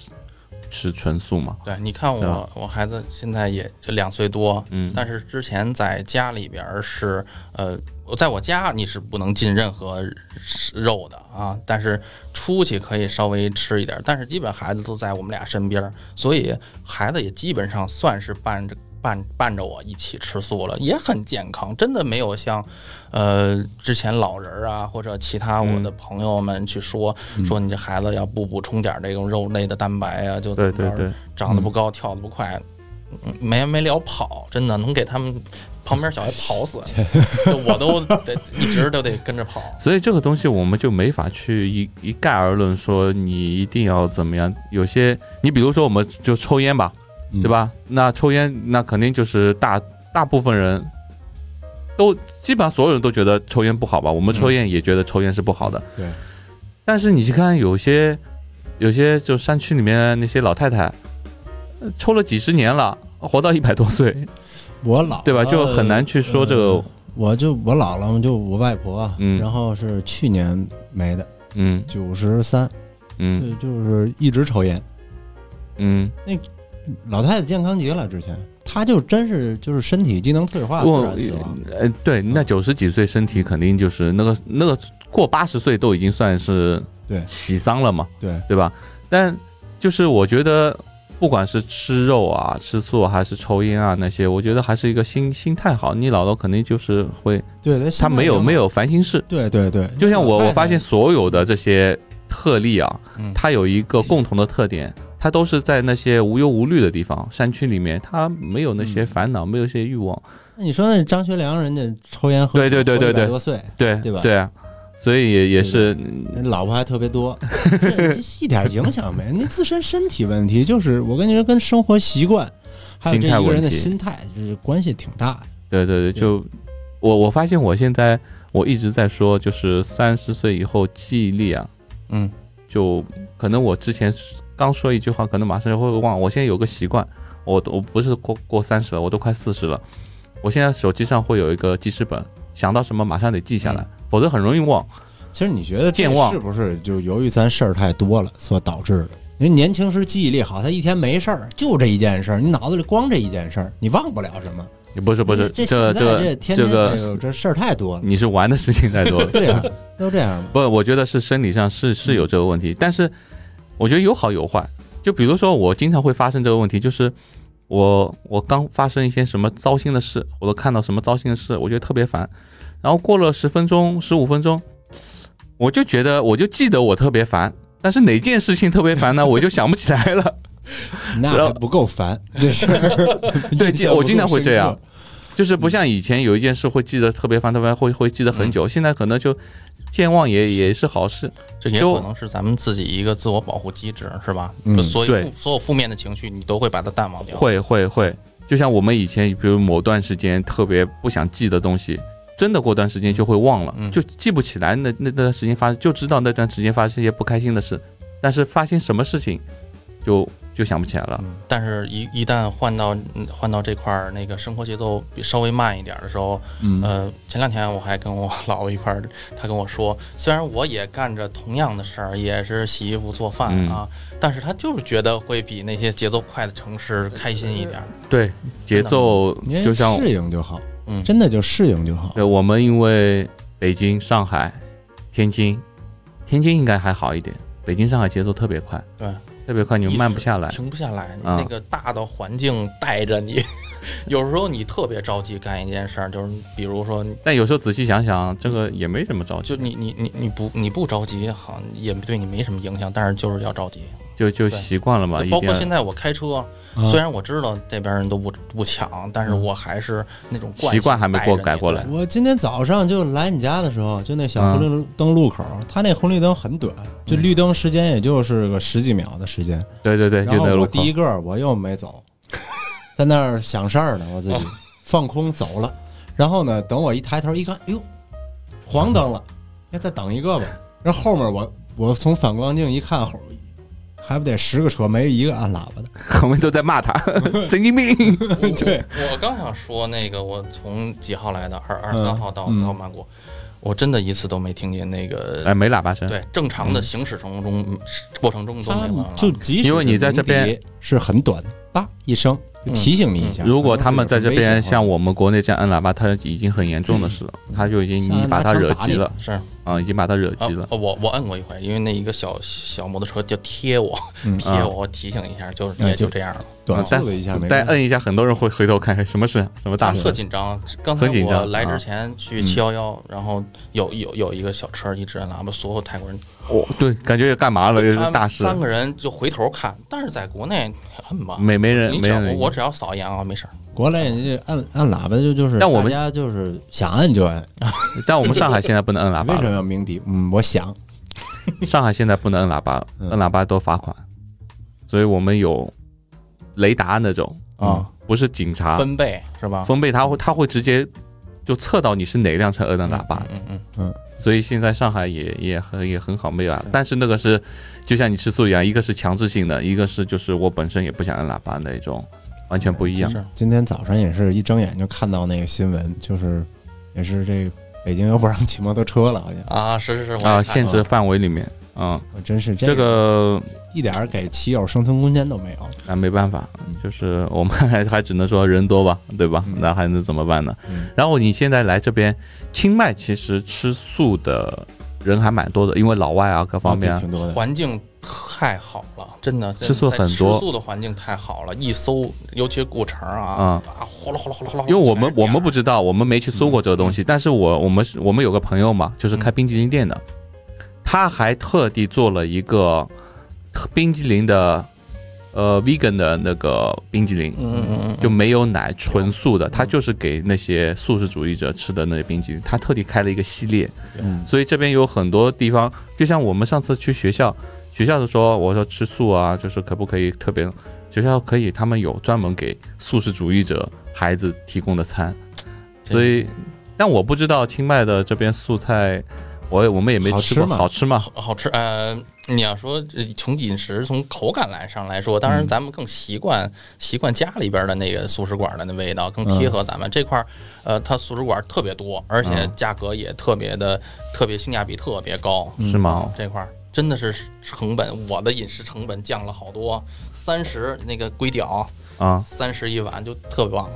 S1: 吃纯素嘛，
S3: 对，你看
S1: 对
S3: 我
S1: 吧
S3: 我孩子现在也就两岁多，
S1: 嗯，
S3: 但是之前在家里边儿是，呃，我在我家你是不能进任何肉的啊，但是出去可以稍微吃一点儿，但是基本孩子都在我们俩身边儿，所以孩子也基本上算是伴着。伴伴着我一起吃素了，也很健康，真的没有像，呃，之前老人儿啊或者其他我
S1: 嗯
S3: 的朋友们去说、说你这孩子要不补充点儿这种肉类的蛋白啊，就怎
S1: 对
S3: 么着
S1: 对对，
S3: 长得不高，跳得不快，嗯没完没了跑，真的能给他们旁边小孩跑死，就我都得一直都得跟着跑。
S1: 所以这个东西我们就没法去一一概而论说你一定要怎么样。有些你比如说我们就抽烟吧，
S2: 嗯
S1: 对吧？那抽烟那肯定就是大大部分人都基本上所有人都觉得抽烟不好吧，我们抽烟也觉得抽烟是不好的。
S2: 对。
S1: 但是你去看有些有些就山区里面那些老太太，呃抽了几十年了，活到一百多岁，
S2: 嗯我老
S1: 对吧？就很难去说这个
S2: 呃，我就我姥姥就我外婆，啊
S1: 嗯
S2: 然后是去年没的，
S1: 嗯
S2: 九十三，
S1: 嗯
S2: 就就是一直抽烟。
S1: 嗯。
S2: 老太太健康极了，之前她就真是就是身体机能退化，自
S1: 我
S2: 然死亡。
S1: 呃，对，那九十几岁身体肯定就是那个那个过八十岁都已经算是
S2: 对
S1: 喜丧了嘛，
S2: 对
S1: 对吧？但就是我觉得，不管是吃肉啊、吃素啊还是抽烟啊那些，我觉得还是一个心心态好。你姥姥肯定就是会，
S2: 对，
S1: 她没有没
S2: 有，
S1: 有烦心事。
S2: 对对对，
S1: 就像我
S2: 老太太
S1: 我发现所有的这些特例啊，
S3: 嗯，
S1: 它有一个共同的特点，它都是在那些无忧无虑的地方、山区里面，它没有那些
S2: 嗯
S1: 烦恼，没有一些欲望。
S2: 那你说那张学良人家抽烟喝酒，
S1: 对对对对对
S2: 活100多岁，
S1: 对
S2: 对吧
S1: 对啊，所以也也是
S2: 人老婆还特别多，这这一点影响没。你自身身体问题，就是我跟你说，跟生活习惯，还有这一个人的心态，就是关系挺大的。
S1: 对对对，
S2: 对
S1: 就我我发现我现在我一直在说，就是三十岁以后记忆力啊，
S3: 嗯，
S1: 就可能我之前刚说一句话，可能马上就会忘。我现在有个习惯，我我不是过过三十了，我都快四十了，我现在手机上会有一个记事本，想到什么马上得记下来，否则很容易忘。
S2: 其实你觉得这
S1: 健忘
S2: 是不是就由于咱事儿太多了所导致的？因为年轻时记忆力好，他一天没事儿，就这一件事儿，你脑子里光这一件事儿，你忘不了什么。
S1: 不是不是，
S2: 这
S1: 这
S2: 现在这
S1: 这
S2: 天
S1: 这
S2: 天
S1: 个
S2: 哎呦这事儿太多了。
S1: 你是玩的事情太多了。
S2: 对呀，都这样嘛。
S1: 不，我觉得是生理上是是有这个问题，但是我觉得有好有坏。就比如说，我经常会发生这个问题，就是我我刚发生一些什么糟心的事，我都看到什么糟心的事，我觉得特别烦。然后过了十分钟、十五分钟，我就觉得我就记得我特别烦，但是哪件事情特别烦呢？我就想不起来了。
S2: 那
S1: 然
S2: 还
S1: 后
S2: 不够烦，这事儿。
S1: 对
S2: 印象
S1: 我
S2: 不
S1: 经
S2: 够
S1: 常会这
S2: 深刻
S1: 样。就是不像以前有一件事会记得特别烦，特别烦会会记得很久，现在可能就健忘也也是好事。
S3: 这也
S1: 就
S3: 可能是咱们自己一个自我保护机制，是吧？
S2: 嗯
S3: 就所
S1: 对
S3: 以负所有负面的情绪，你都会把它淡忘掉。
S1: 会会会，就像我们以前，比如某段时间特别不想记的东西，真的过段时间就会忘了，
S3: 嗯
S1: 就记不起来那那那段时间发，就知道那段时间发生一些不开心的事，但是发生什么事情就就想不起来了。
S3: 嗯，但是一一旦换到嗯换到这块儿，那个生活节奏比稍微慢一点儿的时候，
S2: 嗯，
S3: 呃，前两天我还跟我老婆一块儿，她跟我说，虽然我也干着同样的事儿，也是洗衣服做饭啊，
S1: 嗯
S3: 但是她就是觉得会比那些节奏快的城市开心一点儿。
S1: 对，节奏
S2: 您
S1: 就像
S2: 适应就好，
S3: 嗯，
S2: 真的就适应就好。
S1: 对我们因为北京、上海、天津，天津应该还好一点，北京、上海节奏特别快，
S3: 对，
S1: 特别快，你
S3: 一
S1: 慢不
S3: 时
S1: 下呃来。
S3: 停不下来，你
S1: 啊
S3: 那个大的环境带着你。有时候你特别着急干一件事儿，就是比如说你，
S1: 但有时候仔细想想，这个也没什么着急
S3: 就，你你你你不你不着急，好像也对你没什么影响，但是就是要着急。
S1: 就就
S3: 对
S1: 习惯了嘛。一
S3: 包括
S1: 定
S3: 现在我开车，
S2: 啊嗯
S3: 虽然我知道这边人都不不抢，但是我还是那种惯性
S1: 习惯还没过
S3: 带着你
S1: 改过来
S3: 对
S2: 我今天早上就来你家的时候，就那小红绿灯路口，
S1: 嗯
S2: 它那红绿灯很短，就绿灯时间也就是个十几秒的时间。
S1: 对对对，
S2: 然
S1: 就
S2: 后
S1: 在路
S2: 我
S1: 口。
S2: 第一个我又没走，在那儿想事儿呢，我自己
S3: 哦
S2: 放空走了。然后呢，等我一抬头一看，哎呦，黄灯了，那再等一个吧。然后后面我我从反光镜一看，后还不得十个车没一个按喇叭的。
S1: 我们都在骂他， 神经病。
S3: 我
S2: 对
S3: 我我刚想说那个，我从几号来的，二二
S2: 嗯
S3: 三号到
S2: 嗯
S3: 到曼谷，我真的一次都没听见那
S1: 哎，
S3: 个
S1: 没喇叭声。
S3: 对正常的行驶程中嗯过程中都没
S2: 他
S3: 有
S2: 们
S3: 了。
S2: 就即使
S1: 啊因为你在这边嗯
S2: 鸣笛是很短的，叭一声就提醒你一下。
S1: 如果他们在这边像
S2: 我
S1: 我们国内这样按喇叭，他已经很严重的事了，
S3: 嗯
S1: 他就已经
S2: 像
S1: 你把他惹急了
S3: 是啊，
S1: 啊，已经把他惹急了。
S3: 哦我我摁过一回，因为那一个小小摩托车就贴我
S2: 嗯
S3: 贴我，我提醒一下，就是也
S2: 哎就
S3: 就这样了。
S2: 短
S1: 啊但
S2: 促的一下
S1: 再
S2: 没关系
S1: 摁一下，很多人会回头看看哎什么事，什么大
S3: 特
S1: 事。
S3: 紧张。刚才
S1: 很紧
S3: 我
S1: 张
S3: 来
S1: 啊
S3: 之前去七幺幺，然后有有有一个小车一直按喇叭，所有泰国人
S1: 哦，对，感觉干嘛了？又
S3: 他
S1: 是
S3: 们
S1: 大事，
S3: 三个人就回头看，但是在国内摁吧，
S1: 没嗯没人
S3: 你
S1: 没
S3: 只要我
S1: 人。
S3: 我只要扫一眼啊，没事儿。
S2: 国内人家按按喇叭就就是，
S1: 但我们
S2: 大家就是想按就按，
S1: 但我们上海现在不能摁喇
S2: 为
S1: 叭
S2: 什么
S1: 了，
S2: 要鸣笛？嗯，我想
S1: 上海现在不能摁喇叭了，
S2: 嗯
S1: 摁喇叭都罚款，所以我们有雷达那种
S3: 啊，
S1: 不是警察
S3: 分贝是吧？
S1: 嗯分贝，他会他会直接就测到你是哪辆车摁的喇叭，
S3: 嗯嗯，
S1: 所以现在上海也也很也很好没有啊，但是那个是，就像你吃素一样，一个是强制性的，一个是就是我本身也不想按喇叭那一种，完全不一
S3: 嗯
S1: 样。
S3: 是
S2: 今天早上也是一睁眼就看到那个新闻，就是也是这个北京又不让骑摩托车了，好像
S3: 啊，是是是，我也
S1: 啊，
S3: 看
S1: 限
S3: 过
S1: 制范围里面，嗯，
S2: 我真是
S1: 这个
S2: 一点儿给骑友生存空间都没有。
S1: 啊没办法，就是我们 还还只能说人多吧，对吧
S2: 嗯？
S1: 那还能怎么办呢
S2: 嗯？
S1: 然后你现在来这边，清迈其实吃素的人还蛮多的，因为老外啊各方面
S2: 啊
S1: 啊
S2: 对，挺多的。
S3: 环境太好了，真的，
S1: 吃素
S3: 在
S1: 很
S3: 吃
S1: 多
S3: 素的环境太好了，一搜，尤其是古城
S1: 嗯
S3: 啊，啊，哗啦哗啦哗啦哗啦，
S1: 因为我们
S3: 全是啊
S1: 我们不知道，我们没去搜过这个东
S3: 嗯
S1: 西，但是我我们是我们有个朋友嘛，就是开冰激凌店的，他还特地做了一个冰激凌的呃 vegan 的那个冰激凌
S3: 这，样，嗯嗯嗯嗯，
S1: 就没有奶，纯素的，他就是给那些素食主义者吃的那些冰激凌，他特地开了一个系列，
S2: 嗯
S1: 所以这边有很多地方，就像我们上次去学校，学校的说，我说吃素啊，就是可不可以特别，学校可以，他们有专门给素食主义者孩子提供的餐，
S3: 对
S1: 所以，但我不知道清迈的这边素菜我也我们也没
S2: 好
S1: 吃过，
S2: 吃吗
S1: 好吃吗？
S3: 好好吃，呃，你要说呃从饮食从口感来上来说，当
S1: 嗯
S3: 然咱们更习惯习惯家里边的那个素食馆的那味道，更贴合咱们这块儿。呃，它素食馆特别多，而且
S1: 嗯
S3: 价格也特别的特别性价比特别高，
S1: 嗯
S3: 嗯
S1: 是吗？
S3: 这块儿真的是成本，我的饮食成本降了好多，三十那个龟屌
S1: 啊，
S3: 三十一碗就特别棒，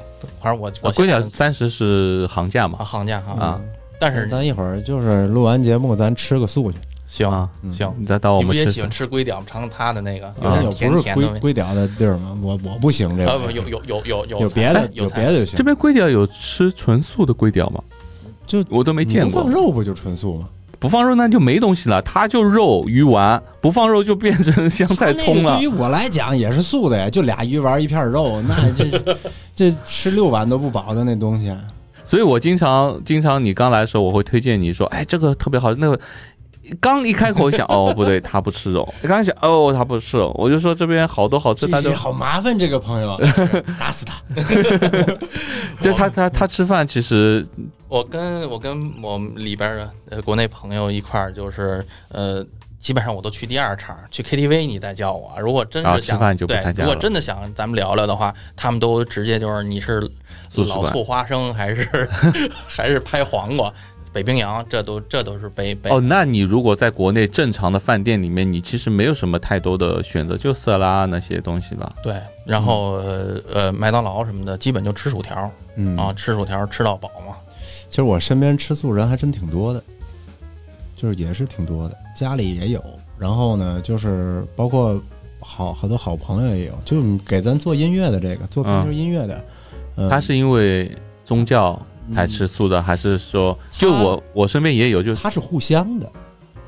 S3: 反正我我
S1: 我龟
S3: 现在
S1: 脚三十是行价
S3: 啊
S1: 嘛？
S3: 行价哈，
S1: 啊
S3: 但是
S2: 咱一会儿就是录完节目，咱吃个素去。
S3: 行
S1: 啊，
S2: 嗯
S3: 行，
S1: 你再到我
S3: 你不
S1: 们
S3: 也
S1: 吃
S3: 喜欢
S1: 吃
S3: 吃龟屌，尝尝它的那个
S1: 啊
S2: 有
S3: 点
S2: 不
S3: 甜
S2: 是
S3: 甜的味
S2: 龟龟屌的地儿吗？我我不行这
S3: 呃，
S2: 个
S3: 不，有有有有有哎
S2: 有
S3: 菜
S2: 别的
S3: 有
S2: 有
S3: 菜
S2: 别的就行
S1: 这。边龟屌有吃纯素的龟屌吗？
S2: 就
S1: 我都没见
S2: 不
S1: 过
S2: 放，肉不就纯素吗？
S1: 不放肉那就没东西了，它就肉鱼丸，不放肉就变成香菜葱
S2: 那
S1: 了
S2: 个对于。我来讲也是素的呀，就俩鱼丸一片肉，那这这吃六碗都不饱的那东西。啊
S1: 所以我经常经常你刚来的时候，我会推荐你说，哎，这个特别好，那个。刚一开口想，哦，不对，他不吃肉。刚一想，哦，他不吃肉，我就说这边好多好吃，
S2: 这
S1: 他就
S2: 也好麻烦这个 朋友，打死他！
S1: 就他他他吃饭其实
S3: 我跟我跟我们里边的呃国内朋友一块儿，就是呃，基本上我都去第二场，去 KTV 你再叫我。如果真
S1: 啊
S3: 是想、
S1: 吃饭就不
S3: 对
S1: 参加
S3: 如果
S1: 了
S3: 真的想咱们聊聊的话，他们都直接就是你是
S1: 素食
S3: 老
S1: 馆
S3: 醋花生 还是 还是拍黄瓜、北冰洋，这都这都是北北
S1: 哦，那你如果在国内正常的饭店里面，你其实没有什么太多的选择，就色拉啊那些东西了。
S3: 对，然后呃呃麦当劳什么的，基本就吃薯条
S2: 嗯
S1: 哦
S3: 啊，吃薯条吃到饱嘛。
S2: 其实我身边吃素人还真挺多的，就是也是挺多的，家里也有。然后呢，就是包括好好多好朋友也有，就给咱做音乐的这个做编
S1: 嗯
S2: 曲音乐的，嗯，
S1: 他是因为宗教才吃素的，还是说就我我身边也有，就
S2: 他是互相的，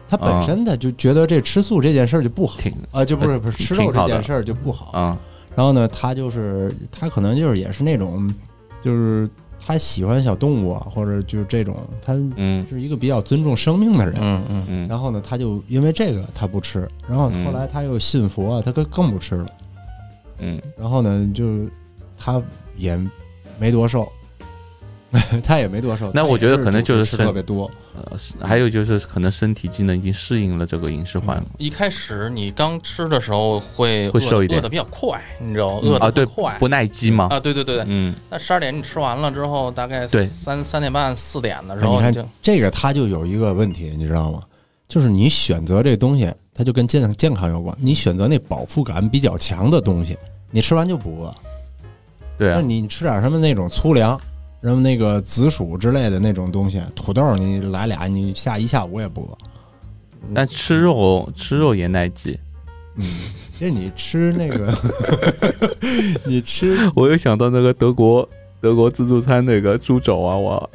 S2: 他本
S1: 啊
S2: 身他就觉得这吃素这件事儿就不好
S1: 挺
S2: 啊，就不是不是
S1: 挺
S2: 吃肉
S1: 哦挺
S2: 这
S1: 好的
S2: 件事儿就不好。
S1: 啊
S2: 然后呢，他就是他可能就是也是那种，就是他喜欢小动物啊，或者就是这种，他
S1: 嗯
S2: 是一个比较尊重生命的人。
S3: 嗯嗯，
S1: 嗯
S2: 然后呢，他就因为这个他不吃，然后后来他又信佛，啊他更更不吃了。
S1: 嗯，
S2: 然后呢，就他也没多瘦， 他也没多瘦。
S1: 那
S2: 他
S1: 我
S2: 也
S1: 觉得可能
S2: 主
S1: 就
S2: 食
S1: 是
S2: 吃
S1: 身
S2: 特别多，
S1: 呃，是还有就是可能身体机能已经适应了这个饮食环了。
S3: 一开始你刚吃的时候会
S1: 会
S3: 饿
S1: 瘦一点
S3: 饿的比较快，你知道，
S1: 嗯
S3: 饿
S1: 啊，对，
S3: 的快
S1: 不耐饥嘛。
S3: 啊，对对对对。
S1: 嗯，
S3: 那十二点你吃完了之后，大概
S1: 对
S3: 三三点半四点的时
S2: 哎你
S3: 候
S2: 看
S3: 就
S2: 这个他就有一个问题，你知道吗？就是你选择这东西，它就跟健健康有关。你选择那饱腹感比较强的东西，你吃完就不饿。
S1: 对
S2: 那
S1: 啊，
S2: 你吃点什么那种粗粮，什么那个紫薯之类的那种东西，土豆你来俩，你下一下午也不饿。
S1: 但吃肉吃肉也耐饥。
S2: 嗯，因为你吃那个， 你吃
S1: 我又想到那个德国德国自助餐那个猪肘啊，我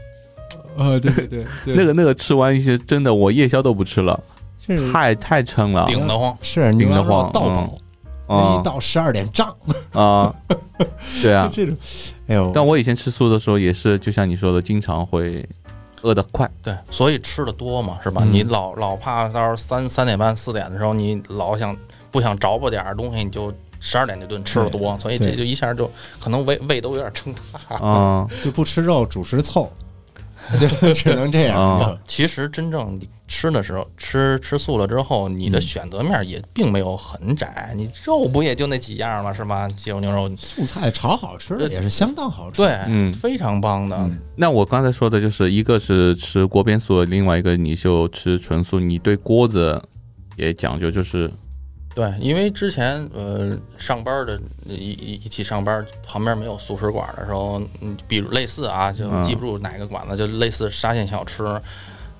S2: 呃，对对对对，
S1: 那个那个吃完一些真的我夜宵都不吃了，
S2: 是
S1: 太太撑了。
S3: 顶得慌。
S2: 是
S1: 嗯顶
S2: 牛
S1: 得
S2: 羊肉
S1: 慌
S2: 到
S1: 嗯
S2: 饱，那
S1: 啊
S2: 一到十二点胀，
S1: 啊，对
S2: 就
S1: 啊。
S2: 这种。哎呦，
S1: 但我以前吃素的时候也是，就像你说的，经常会饿得快。
S3: 对，所以吃的多嘛，是吧？
S2: 嗯
S3: 你老老怕到时候三三点半四点的时候，你老想不想着吧点儿东西，你就十二点这顿吃的多，所以这
S2: 对
S3: 就一下就可能胃胃都有点撑大了。
S1: 啊，
S2: 就不吃肉，主 食凑，就只能这样。
S1: 啊
S3: 哦其实真正你吃的时候，吃吃素了之后，你的
S2: 嗯
S3: 选择面儿也并没有很窄，你肉不也就那几样儿吗？是吧？鸡肉、牛肉，
S2: 素菜炒好吃
S1: 呃
S2: 的也是相当好吃。
S3: 对，
S1: 嗯
S3: 非常棒的。
S2: 嗯
S1: 那我刚才说的就是一个是吃锅边素，另外一个你就吃纯素。你对锅子也讲究，就是
S3: 对，因为之前呃上班的一一一起上班，旁边没有素食馆的时候，嗯，比如类似啊，就
S1: 嗯
S3: 记不住哪个馆子，就类似沙县小吃，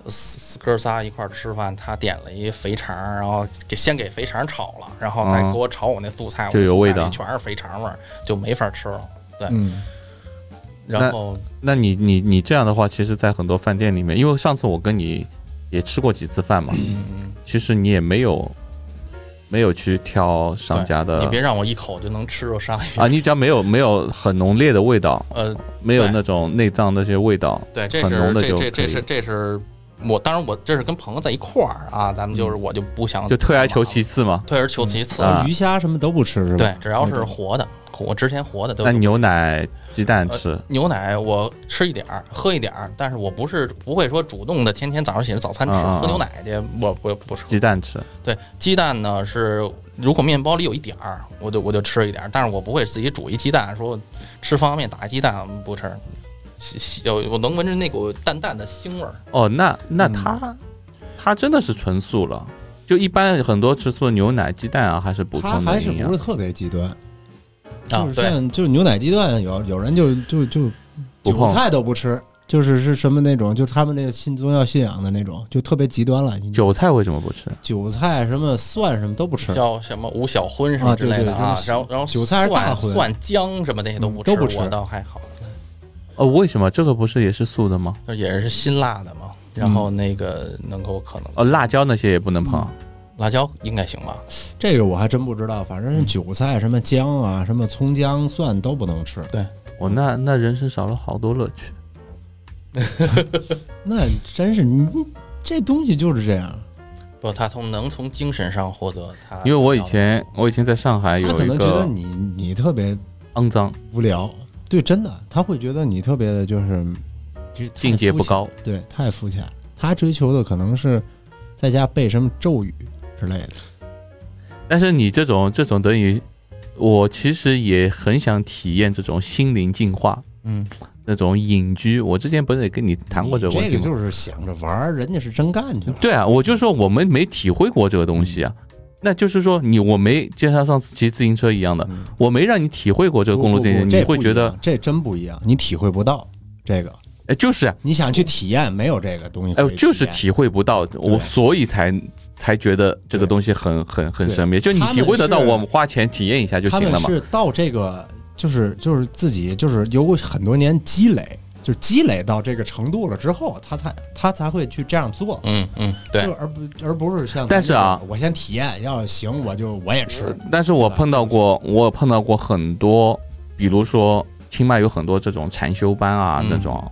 S3: 四四哥仨一块儿吃饭，他点了一肥肠，然后给先给肥肠炒了，然后再
S1: 啊
S3: 给我炒我那素菜，我
S1: 就有
S3: 素菜
S1: 味
S3: 里
S1: 道
S3: 全是肥肠味儿，就没法吃了。
S2: 嗯，
S3: 然后
S1: 那你你你这样的话，其实，在很多饭店里面，因为上次我跟你也吃过几次饭嘛，
S3: 嗯
S1: 其实你也没有没有去挑商家
S3: 你
S1: 的
S3: 别让我一口就能吃着上一遍
S1: 啊，你只要没有没有很浓烈的味道，
S3: 呃，
S1: 没有
S3: 对
S1: 那种内脏那些味道，
S3: 对，这
S1: 很
S3: 是
S1: 浓的
S3: 这
S1: 就
S3: 这
S1: 可
S3: 这
S1: 以
S3: 是这是我，当然我这是跟朋友在一块儿啊，咱们就是我就不想
S1: 嗯就退而求其次嘛。
S3: 退而求其次，
S1: 啊
S2: 鱼虾什么都不吃是吧？
S3: 对，只要
S2: 那
S3: 是
S2: 种
S3: 活的，我之前活的都
S1: 那牛奶、鸡蛋吃，
S3: 牛奶我吃一点儿，喝一点儿，但是我不是不会说主动的天天早上起来早餐吃
S1: 啊啊啊
S3: 喝牛奶去，我我不吃。
S1: 鸡蛋吃，
S3: 对，鸡蛋呢是如果面包里有一点儿，我就我就吃一点儿，但是我不会自己煮一鸡蛋，说吃方便面打一鸡蛋不吃，喜喜有我能闻着那股淡淡的腥味儿。
S1: 哦，那那
S2: 嗯
S1: 它、它真的是纯素了。就一般很多吃素的牛奶、鸡蛋啊，还是补
S2: 他
S1: 充
S2: 还
S1: 的
S2: 是
S1: 营养
S2: 不是，特别极端，
S3: 啊
S2: 就是
S3: 对
S2: 像就是牛奶鸡蛋，有有人就就就
S1: 不碰
S2: 韭菜都不吃，就是是什么那种，就是他们那个信宗教信仰的那种，就特别极端了。你
S1: 韭菜为什么不吃？
S2: 韭菜什么蒜什么都不吃，
S3: 叫什么五小荤什么
S2: 啊
S3: 之
S2: 对
S3: 类
S2: 对
S3: 的啊，
S2: 什么
S3: 然后然后
S2: 韭菜是大
S3: 蒜
S2: 荤
S3: 蒜姜什么那些都不
S2: 嗯都不吃
S3: 我倒还好，
S1: 哦，为什么这个不是也是素的吗？
S3: 就也是辛辣的嘛。
S2: 嗯
S3: 然后那个能够可能
S1: 哦，辣椒那些也不能碰。啊
S3: 辣椒应该行吧？
S2: 这个我还真不知道。反
S1: 嗯
S2: 正韭菜什么姜啊，什么葱姜蒜都不能吃。
S1: 哦，那那人生少了好多乐趣。
S2: 那真是你你这东西就是这样，
S3: 不，他从能从精神上获得他想要的，
S1: 因为我以前我以前在上海
S2: 他
S1: 有
S2: 可
S1: 一
S2: 能觉得
S1: 个
S2: 你你特别
S1: 肮脏，
S2: 无聊，对，真的他会觉得你特别的就是这太
S1: 境界不
S2: 肤浅
S1: 高，
S2: 对，太肤浅了。他追求的可能是在家背什么咒语之类的。
S1: 但是你这种这种等于，我其实也很想体验这种心灵净化，
S3: 嗯，
S1: 那种隐居。我之前不是也跟你谈过这个
S2: 你
S1: 问
S2: 这
S1: 题
S2: 个
S1: 吗？
S2: 就是想着玩儿，人家是真干去了。
S1: 对啊，我就说我们没体会过这个东西啊。那就是说你我没，就像上次骑自行车一样的，
S2: 嗯
S1: 我没让你体会过这个
S2: 不
S1: 公路
S2: 不
S1: 这些，
S2: 不
S1: 你
S2: 不
S1: 会
S2: 一
S1: 觉得
S2: 样，这真不一样，你体会不到这个。
S1: 哎，就是啊，
S2: 你想去体验，没有这个东西可
S1: 哎
S2: 以体验。，
S1: 就是体会不到，我所以才才觉得这个东西很很很
S2: 对
S1: 神秘。就你
S2: 他们
S1: 体会得到，
S2: 是
S1: 我们花钱体验一下就
S2: 他
S1: 行
S2: 们
S1: 了嘛。
S2: 是到这个，就是就是自己就是有过很多年积累，就是积累到这个程度了之后，他才他才会去这样做。
S3: 嗯嗯，对
S2: 就，而不而不是像咱
S1: 但是啊
S2: 这种，我先体验，要行我就我也吃，
S1: 但是我碰到过，我碰到过很多，比如说清迈有很多这种禅修班啊
S3: 嗯
S1: 那种，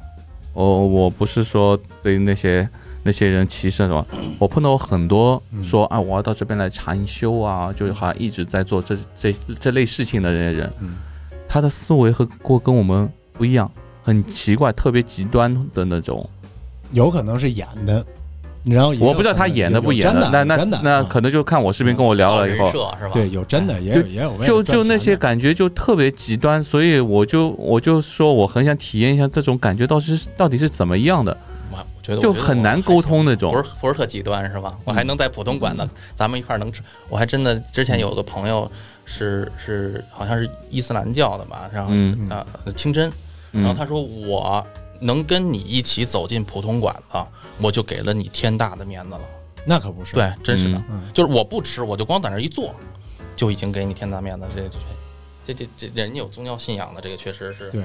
S1: 哦，我不是说对那些那些人歧视什么，
S2: 嗯
S1: 我碰到过很多说啊我要到这边来禅修啊，就是好像一直在做这这这类事情的这些人
S2: 嗯，
S1: 他的思维和过跟我们不一样，很奇怪，特别极端的那种。
S2: 有可能是演的，然后也有
S1: 我不知道他
S2: 可能
S1: 演
S2: 有
S1: 的不
S2: 有
S1: 演
S2: 真
S1: 那
S2: 的，
S1: 那
S2: 有真的
S1: 那
S2: 啊
S1: 可能就看我视频跟我聊了以后
S3: 造人，设是吧？
S2: 对有真的，也有也有为了
S1: 就
S2: 赚
S1: 就那
S2: 钱
S1: 些
S2: 的
S1: 感觉就特别极端，所以我就我就说我很想体验一下这种感觉到底是到底是怎么样的，
S3: 我我觉得
S1: 就
S3: 我觉得
S1: 很
S3: 我
S1: 难
S3: 还
S1: 沟
S3: 行
S1: 通那种
S3: 不。是不是特极端是
S2: 嗯
S3: 吧？我还能在普通馆子，咱们一块儿能吃。我还真的之前有个朋友是是好像是伊斯兰教的吧，然后
S1: 嗯
S3: 啊清真，然后
S1: 嗯，
S3: 他说我能跟你一起走进普通馆子，我就给了你天大的面子了。
S2: 那可不是，
S3: 对，真是的，
S2: 嗯，
S3: 就是我不吃，我就光在那儿一坐，就已经给你天大面子。这这这这这人家有宗教信仰的，这个确实是
S2: 对，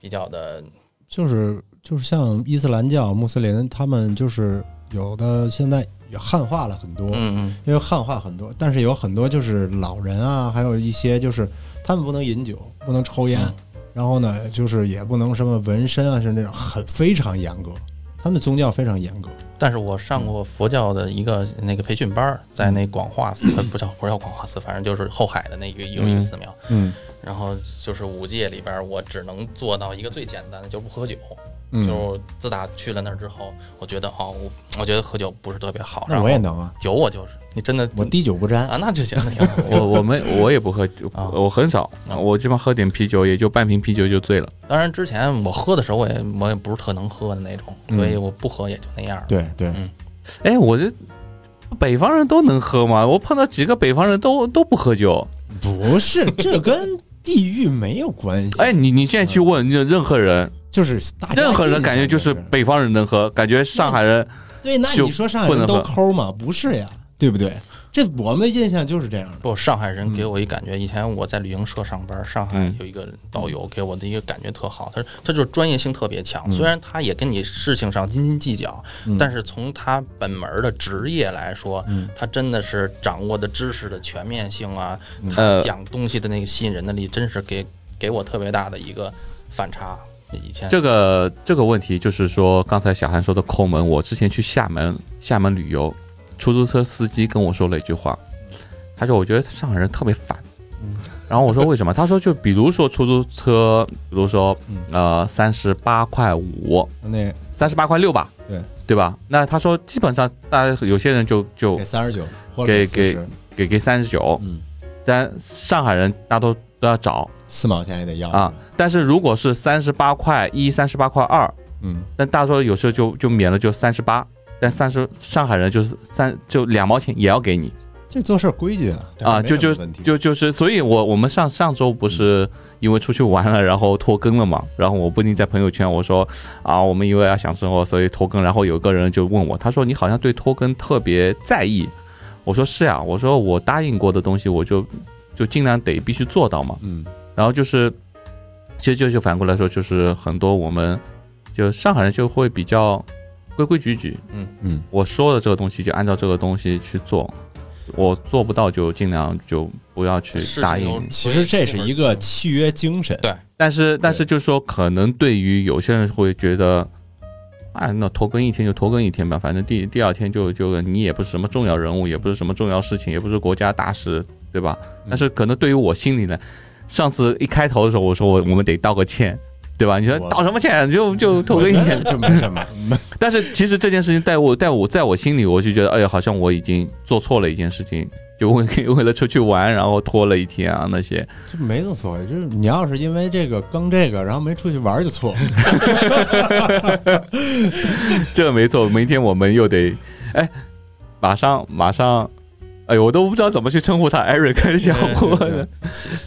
S3: 比较的
S2: 就是就是像伊斯兰教、穆斯林，他们就是有的现在也汉化了很多，
S3: 嗯嗯
S2: 因为汉化很多，但是有很多就是老人啊，还有一些就是他们不能饮酒，不能抽烟，
S3: 嗯
S2: 然后呢，就是也不能什么纹身啊，是那种很非常严格，他们宗教非常严格。
S3: 但是我上过佛教的一个那个培训班儿，在那广 化寺，呃不叫不叫广化寺，反正就是后海的那个有一个
S1: 嗯
S3: 寺庙。
S2: 嗯
S3: 然后就是五戒里边儿，我只能做到一个最简单的，就是不喝酒。
S2: 嗯
S3: 就自打去了那儿之后，我觉得哦，我我觉得喝酒不是特别好。然
S2: 那
S3: 后
S2: 我也能啊，
S3: 酒，我就是你真的
S2: 我滴酒不沾。
S1: 嗯
S3: 啊，那就行，那挺好。
S1: 我我们我也不喝酒，
S3: 啊
S1: 我很少，
S3: 啊
S1: 我基本上喝点啤酒，也就半瓶啤酒就醉了。
S3: 当然之前我喝的时候，我也我也不是特能喝的那种，
S2: 嗯
S3: 所以我不喝也就那样儿。
S2: 对对，
S1: 哎，我这北方人都能喝吗？我碰到几个北方人都都不喝酒。
S2: 不是这跟地域没有关系，
S1: 哎，，你你现在去问任任何人，
S2: 就是大
S3: 啊
S2: 家
S1: 任何人
S2: 印象
S1: 感觉就是
S2: 是
S1: 北方人能喝，感觉上海人
S2: 对，那
S1: 就
S2: 你说上海
S1: 不能
S2: 人都
S1: 喝
S2: 抠吗？不是呀，对不对？这我们印象就是这样的。
S3: 不，上海人给我一感觉，以前我在旅行社上班，上海
S1: 嗯
S3: 有一个导游给我的一个感觉特好，他他就是专业性特别强，
S1: 嗯
S3: 虽然他也跟你事情上斤斤计较，但是从他本门的职业来说，
S1: 嗯
S3: 他真的是掌握的知识的全面性啊，他
S1: 呃
S3: 讲东西的那个吸引人的力，真是给给我特别大的一个反差。以前
S1: 这个这个问题就是说，刚才小韩说的抠门，我之前去厦门厦门旅游，出租车司机跟我说了一句话，他说我觉得上海人特别烦，
S2: 嗯
S1: 然后我说为什么？他说就比如说出租车，比如说
S2: 嗯
S1: 呃三十八块五，
S2: 那
S1: 三十八块六吧，
S2: 对
S1: 对吧？那他说基本上大家有些人就就
S2: 给三十九，或者
S1: 给
S2: 40
S1: 给给给三十九，
S2: 嗯，
S1: 但上海人大多都要找
S2: 四毛钱也得要
S1: 啊，。但是如果是三十八块一、三十八块二，
S2: 嗯，
S1: 但大多有时候就就免了就三十八，但三十上海人就是三就两毛钱也要给你，
S2: 这做事儿规矩啊
S1: 啊就就就就是，所以我我们上上周不是因为出去玩了，然后拖更了嘛，然后我不仅在朋友圈我说啊，我们因为要想生活，所以拖更，然后有个人就问我，他说你好像对拖更特别在意，我说是呀、啊我说我答应过的东西我就就尽量得必须做到嘛，
S2: 嗯
S1: 然后就是，其实就是反过来说，就是很多我们就上海人就会比较规规矩矩，
S2: 嗯，
S1: 我说的这个东西就按照这个东西去做，我做不到就尽量就不要去
S3: 事
S1: 答
S3: 情有
S1: 应。
S2: 其实这是一个
S3: 对
S2: 契约精神，
S1: 但是但是就是说，可能对于有些人会觉得。啊，那拖更一天就拖更一天吧，反正第第二天就就你也不是什么重要人物，也不是什么重要事情，也不是国家大事，对
S2: 嗯
S1: 吧？但是可能对于我心里呢，上次一开头的时候，我说我我们得道个歉，对吧？你说
S2: 我
S1: 道什么歉？就就拖
S2: 我
S1: 更一
S2: 觉
S1: 天
S2: 得，就没什么，嗯
S1: 但是其实这件事情在我在我在我心里，我就觉得，哎呀，好像我已经做错了一件事情，就为 为了出去玩，然后拖了一天啊那些。
S2: 就没弄错。就是你要是因为这个更这个，然后没出去玩儿就错，
S1: 这没错，明天我们又得，哎，马上马上，哎呦，我都不知道怎么去称呼他，Eric 跟小
S2: 对
S1: 郭
S2: 对
S1: 的，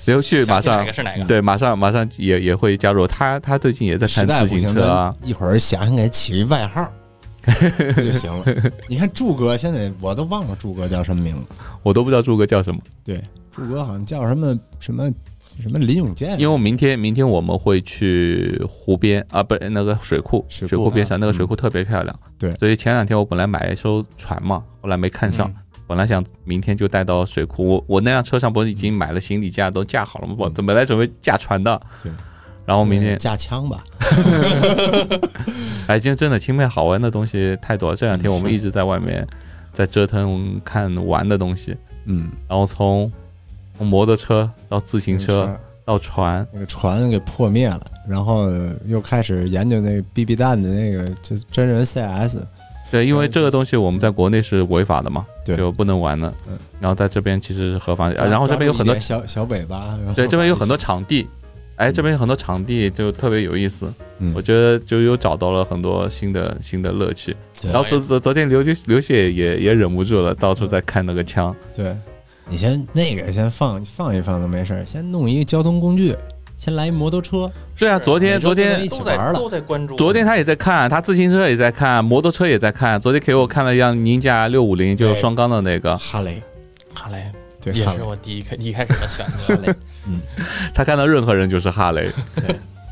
S3: 刘
S1: 刘旭马上
S3: 哪个是哪个？
S1: 对，马上马上也也会加入他，他最近也在
S2: 实
S1: 谈
S2: 在
S1: 自
S2: 不
S1: 行
S2: 行，
S1: 车啊
S2: 咱。一会儿想想给起一 外号。就行了。你看柱哥现在我都忘了柱哥叫什么名字，
S1: 我都不知道柱哥叫什么，
S2: 对，柱哥好像叫什么什么什么林永健，
S1: 因为我明天明天我们会去湖边啊，不是那个水库，
S2: 水
S1: 水
S2: 库
S1: 库边上
S2: 啊
S1: 那个水库特别漂亮。
S2: 对
S1: 所以前两天我本来买一艘船嘛，后来没看上，
S2: 嗯
S1: 本来想明天就带到水库。我我那辆车上不是已经买了行李架都架好了吗？我本来准备架船的。
S2: 嗯对。
S1: 然后明天，
S2: 架枪吧，
S1: 哎，今天真的青妹好玩的东西太多了。这两天我们一直在外面在折腾看玩的东西，
S2: 嗯，
S1: 然后从从摩托车到自行车到船，
S2: 那个船给破灭了，然后又开始研究那个 BB 弹的那个就真人 CS，
S1: 对，因为
S2: 嗯
S1: 这个东西我们在国内是违法的嘛，
S2: 对
S1: 就不能玩的
S2: 嗯。
S1: 然后在这边其实是合法的，呃然后这边有很多
S2: 抓住一点，小小尾巴，然后
S1: 对，这边有很多场地，哎，这边有很多场地就特别有意思，
S2: 嗯
S1: 我觉得就又找到了很多新的新的乐趣。
S2: 对
S1: 然后昨昨昨天刘刘雪也也忍不住了，到处在看那个枪，
S2: 对，你先那个先放放一放都没事儿，先弄一个交通工具，先来一摩托车，
S1: 对啊，
S3: 是
S1: 昨天
S2: 每周
S1: 昨
S2: 不能
S1: 天
S2: 一起
S3: 都
S2: 玩
S3: 在
S2: 了
S3: 都在关注。
S1: 昨天他也在看，他自行车也在看，摩托车也在看。昨天给我看了一辆宁夏六五零，就是
S2: 对
S1: 双缸的那个，
S2: 哈雷，
S3: 看来
S2: 对，啊
S3: 也
S2: 哈
S3: 是
S2: 雷，
S3: 我第一开一开始的选择。
S2: 哈 雷，
S1: 他看到任何人就是哈 雷。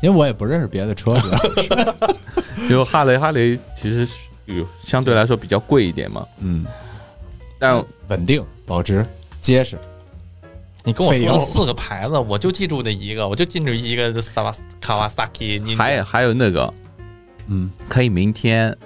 S2: 因为我也不认识别的车，主要是
S1: 就哈雷，哈雷其实是有相对来说比较贵一点嘛，
S2: 嗯，
S1: 但
S2: 稳定、保值、结实，
S3: 你跟我
S2: 费
S3: 说
S2: 油
S3: 了四个牌子，我就记住那一个，我就记住一个萨瓦卡瓦萨基。你
S1: 还有还有那个
S2: 嗯，
S1: 可以明天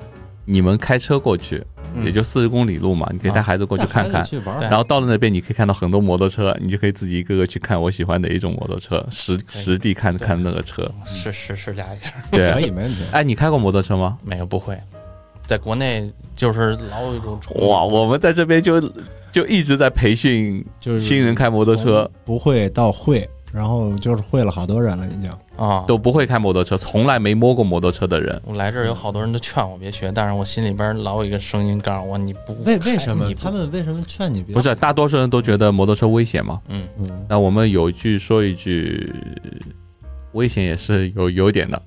S1: 你们开车过去，
S3: 嗯
S1: 也就四十公里路嘛，你可以带
S2: 啊
S1: 孩子过去
S2: 带孩
S1: 看
S2: 子
S1: 看。
S2: 去玩
S3: 对
S2: 儿，
S1: 然后到了那边，你可以看到很多摩托车，你就可以自己一个个去看我喜欢哪一种摩托车，实
S3: 以
S1: 实地看
S3: 对
S1: 看那个车。
S3: 是是是这样。
S2: 可
S1: 对，
S2: 以没问题。
S1: 哎，你开过摩托车吗？
S3: 没有不会，在国内就是老有一种冲动
S1: 哇，我们在这边就就一直在培训
S2: 就是
S1: 新人开摩托车，
S2: 从不会到会，然后就是会了好多人了，已经。
S3: 啊！
S1: 都不会开摩托车，从来没摸过摩托车的人。
S3: 我来这儿有好多人都劝我别学，但是我心里边老有一个声音告诉我你不
S2: 为为什
S3: 你
S2: 么
S3: 不
S2: 他们为什么劝你别？
S1: 不是，啊大多数人都觉得摩托车危险嘛。
S3: 嗯
S2: 嗯，
S1: 那我们有一句说一句，危险也是有有点的，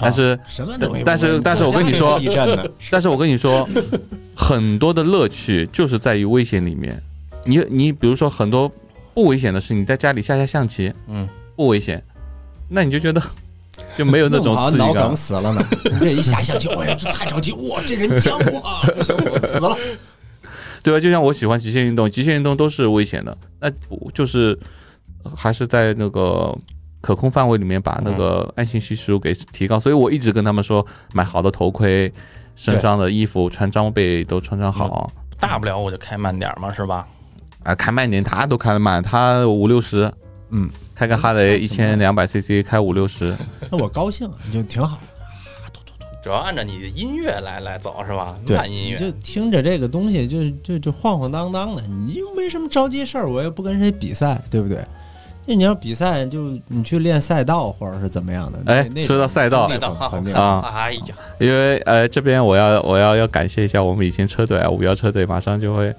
S1: 但是、
S2: 什么东西？
S1: 但是
S2: 我
S1: 但是我跟你说
S2: 家里有地震呢，
S1: 但是我跟你 说，很多的乐趣就是在于危险里面。你你比如说很多不危险的事，你在家里下下象棋
S3: 嗯，
S1: 不危险，那你就 觉得就 没有那种
S2: 弄好
S1: 刺激
S2: 脑
S1: 感
S2: 梗。死了呢。你 这一下象棋，哎呀，这太着急，哇，这人将我啊，不行，我死了。
S1: 对吧？啊就像我喜欢极限运动，极限运动都是危险的，那不就是呃还是在那个可控范围里面把那个
S2: 嗯
S1: 安全系数给提高。所以我一直跟他们说，买好的头盔，身上的衣服、穿装备都穿穿好。
S2: 嗯
S3: 大不了我就开慢点儿嘛，是吧？
S1: 啊，开慢点，他都开得慢，他五六十，
S2: 嗯，
S1: 开个哈雷一千两百 CC，开五六十，
S2: 那我高兴啊，你就挺好。
S3: 主要按照你的音乐来来走是吧？
S2: 对
S3: 慢音
S2: 你
S3: 乐
S2: 就听着这个东西就，就就晃晃荡荡的，你又没什么着急事儿，我也不跟谁比赛，对不对？那你要比赛，就你去练赛道或者是怎么样的。
S1: 哎
S2: 那那
S1: 说到赛道
S2: 那
S3: 赛
S2: 种
S3: 道
S2: 很很厉害
S1: 啊
S3: 哎呀，
S1: 因为呃这边我要我要要感谢一下我们以前车队啊，五幺车队马上就会